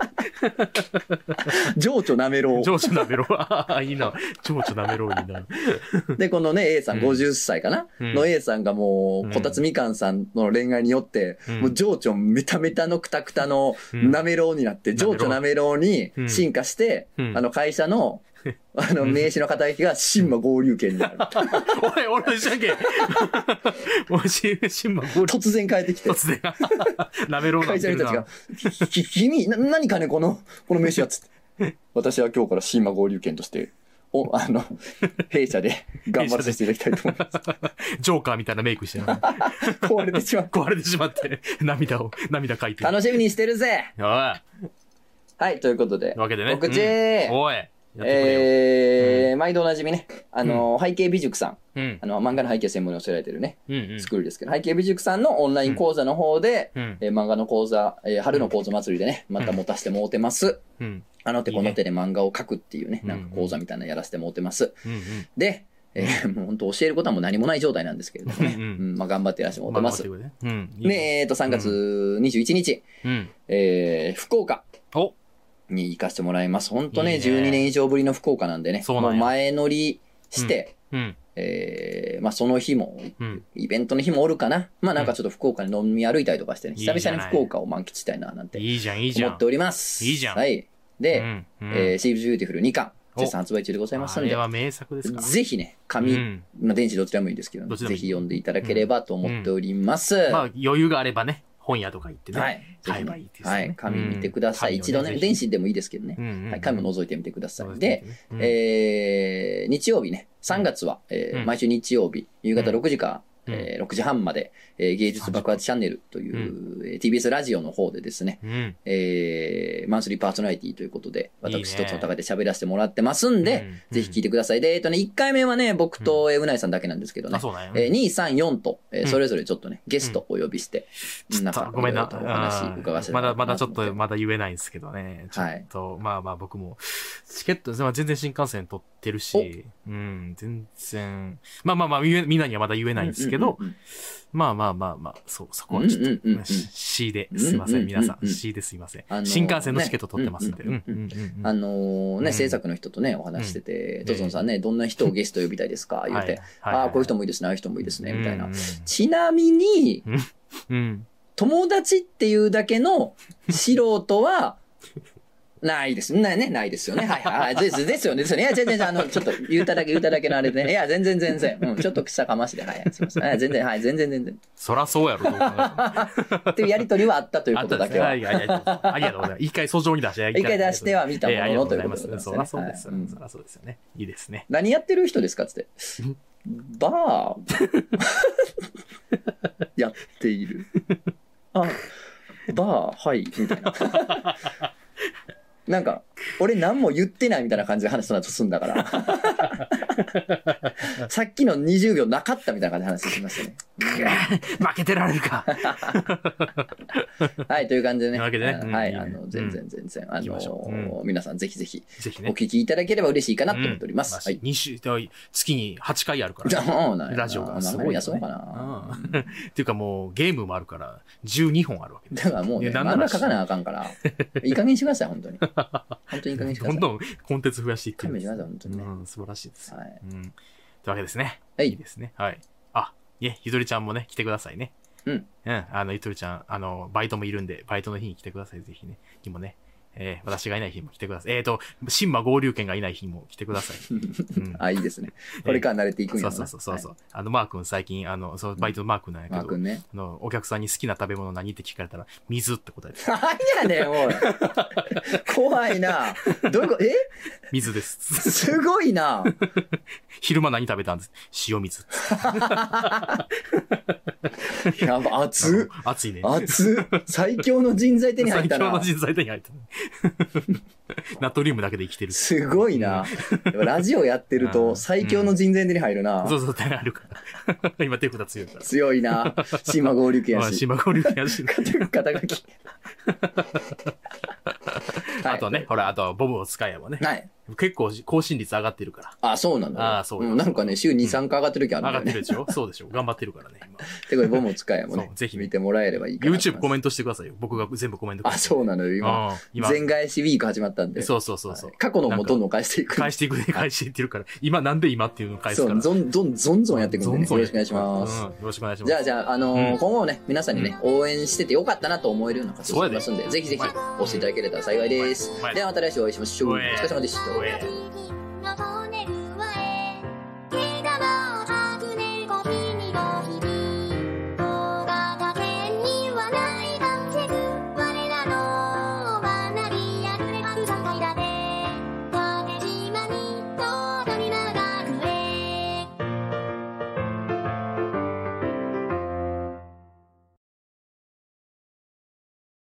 情緒なめろう。う。情緒なめろう。ああ、いいな。情緒なめろうになる。で、このね、A さん、うん50歳かな、うんの A さんがもうんう、こたつみかんさんの恋愛によって、うんもう情緒メタメタのクタクタのうんなめろうになって、なめろう情緒なめろうにうん進化して、うんあの、会社 の、あの、名刺の肩書きが、新馬合流券になる。おい、俺のじゃんけん。もう、し、しんま、ゴール突然変えてきて一。つで。なめろうな会ん社てのる人たちなが。、ひひ 君、な、何かね、この、この名刺はつって。私は今日から新馬合流券として、お、あの、弊社 で頑張らさせていただきたいと思いまジョーカーみたいなメイクしてな。す。壊れて しまう。壊れてしまって、涙を、涙かいて。おい。楽しみにしてるぜはい、ということで。わけでね。告知、うんおい。やってくれよ。えー、毎度おなじみね、あの、背景美塾さん、うんあ。の、漫画の背景専門に教えられてるね、うんうん。スクールですけど、背景美塾さんのオンライン講座の方で、うん。えー漫画の講座、えー春の講座祭りでね、また持たせてもうてます。うん。あの手この手で漫画を描くっていうね、うんなんか講座みたいなのやらせてもうてます。うん。で、えー、 もう本当教えることはもう何もない状態なんですけれどもね、ううんんうんまあ頑張ってやらせてもうらん。ってま頑張ってす。くれねうん。いいねで、えっと、3月21日、うん。えー福岡おに行かせてもらいます。本当ね、いいね12年以上ぶりの福岡なんでね、そうもなうんや前乗りして、うん。えーまあその日も、うん。イベントの日もおるかな。まあなんかちょっと福岡に飲み歩いたりとかしてね、いいじゃない久々に福岡を満喫したいななんていいじゃん、いいじゃ思ん。っております。いいじゃんはい。で、うんうんえー、シーブジューティフル2巻、お絶賛発売中でございますあのれで、は名作ですから。ぜひね、紙、うんまあ、電子どちらもいいですけど、どちらもいぜいひ読んでいただければと思っております。まあ、余裕があればね、本屋とか行ってね。はい。ぜ買えひばいいねですよねはい。紙見てくださうんい。一度ね、紙をね電子でもいいですけどねう。んうん。はい。紙も覗いてみてください。で、うん、えー日曜日ね、3月は、えーうん毎週日曜日、夕方6時から、うんえー6時半まで、えー芸術爆発チャンネルという、えー TBS ラジオの方でですね、うん。えーマンスリーパーソナリティということで、いいね私と戦って喋らせてもらってますんで、うんぜひ聞いてください。で、えっとね、1回目はね、僕とえーうないさんだけなんですけどねあ、、そうなんやね。えー、2、3、4と、えーうんそれぞれちょっとね、ゲストお呼びして、ちょっとごめんな。お話伺わせてまもらだおうかまだなちょっ思てと、まだ言えないんですけどね。ちょっと、まあまあ僕も、チケット、まあ全然新幹線取ってるし、うん、全然、まあまあまあ、言えみんなにはまだ言えないんですけど、うんうんうんまあまあまあまあ、そう、そこはちょっと、うんうんうんうん C ですいません、皆さん。C ですいませんあの。ー新幹線のチケット取ってますんで。うねんうんうんうんあのーうんね、制作の人とね、お話してて、んトゾンさんね、どんな人をゲスト呼びたいですか言 って、ああ、こういう人もいいですね、ああいう人もいいですね、みたいな。。ちなみに、うん。友達っていうだけの素人は、ないです。ないね、ないですよね。はいはいはい。ですですよね。ですよね。いや、全然、あの、ちょっと言うただけ、言うただけのあれでね。いや、全然、全然。うん、ちょっと草かまして、はいはい、すいません。はい全然、はい、全然、全然。そらそうやろ、どう考えてもっていうやりとりはあったということだけはあ。ったんですねはいはいありがとうございます。一回訴状に出して、一回出しては見たもののええありがとうございまというす。ことそでらござそいうまですねすはいうん。そらそうですよね。いいですね。何やってる人ですかつってん。バー、やっている。あ、バー、はい、みたいな。なんか、俺何も言ってないみたいな感じで話その後すんだから。さっきの20秒なかったみたいな感じで話しましたね。負けてられるか。はい、という感じでね。なわけでねうんはい、いいねあの、全然全然、あ行きましょうの、皆さんぜひぜひぜひおね。聞きいただければ嬉しいかなと思っております。はい。 2週、だい月に8回あるかじゃら。あ、なんやラジオがすごいよね。そうかな。うんっていうかもうゲームもあるから、12本あるわけでだからもうね、いや漫なんな画ら書かなあかんから、いい加減にしてください、本当 に。本当にいい加減にしてくどだんさい。どんコンテンツ増やしていって勘るん弁でしてすくださねい、本当にね。うん、素晴らしいです。はい。うん。というわけですね。はいいですね。はい。あ、いえ、ゆとりちゃんもね、来てくださいね。うん。うん。あの、ゆとりちゃん、あの、バイトもいるんで、バイトの日に来てください、ぜひね。にもね。えー私がいない日も来てください。えっ、と、新馬合流券がいない日も来てくだ さい。うん。あ、いいですね。これから慣れていくんやろそうなそうそうそうそう。あの、マー君最近、あの、そう、バイトのマー君なんやはいマーけど、君ね。あの、お客さんに好きな食べ物何って聞かれたら、水って答えて、何やねん、おい。怖いな。どういうこと、え水です。 すごいな。昼間何食べたんです塩水。やば、熱っ。暑いね。熱っ。最強の人材手に入った最強のな。人材手に入った。 ナトリウムだけで生きてる。そすごいな。やっぱラジオやってるうんと最強の人材手に入るな。うそう、手にあるから。 今手札強いから。強いな。島合流圏やまあ、し。島交流やし。肩書 き。はいあとね、ほら、あと、ボブを使えばね。はい。結構、更新率上がってるから。あ、そうなのあそうよんなんかね、週2、3回上がってる時ある上んだよがってね。るでしょそうでしょ頑張ってるか らね、てこれ、ボムを使えもねそう、ぜひ見てもらえればいいか今。な。 YouTube コメントしてくださいよ。僕が全部コメントあ、そうなのよ、今。うん今。全返しウィーク始まったんで。そうそうそうそうはい。過去のもどんどん返していく。返していくね、返していってるから。今、なんで今っていうのを返すそから。う、どどんどん、どんどんやっていくんでね、よんろしくお願いしまうんす。よろしくお願いします。じゃあ、じゃあ、あのーうん今後もね、皆さんにね、応援しててよかったなと思えるような活動をしますんで、ぜひぜひ、はい押していただければ幸いですはい。では、また来週お会いしましょう。おおい疲れ様でした。おい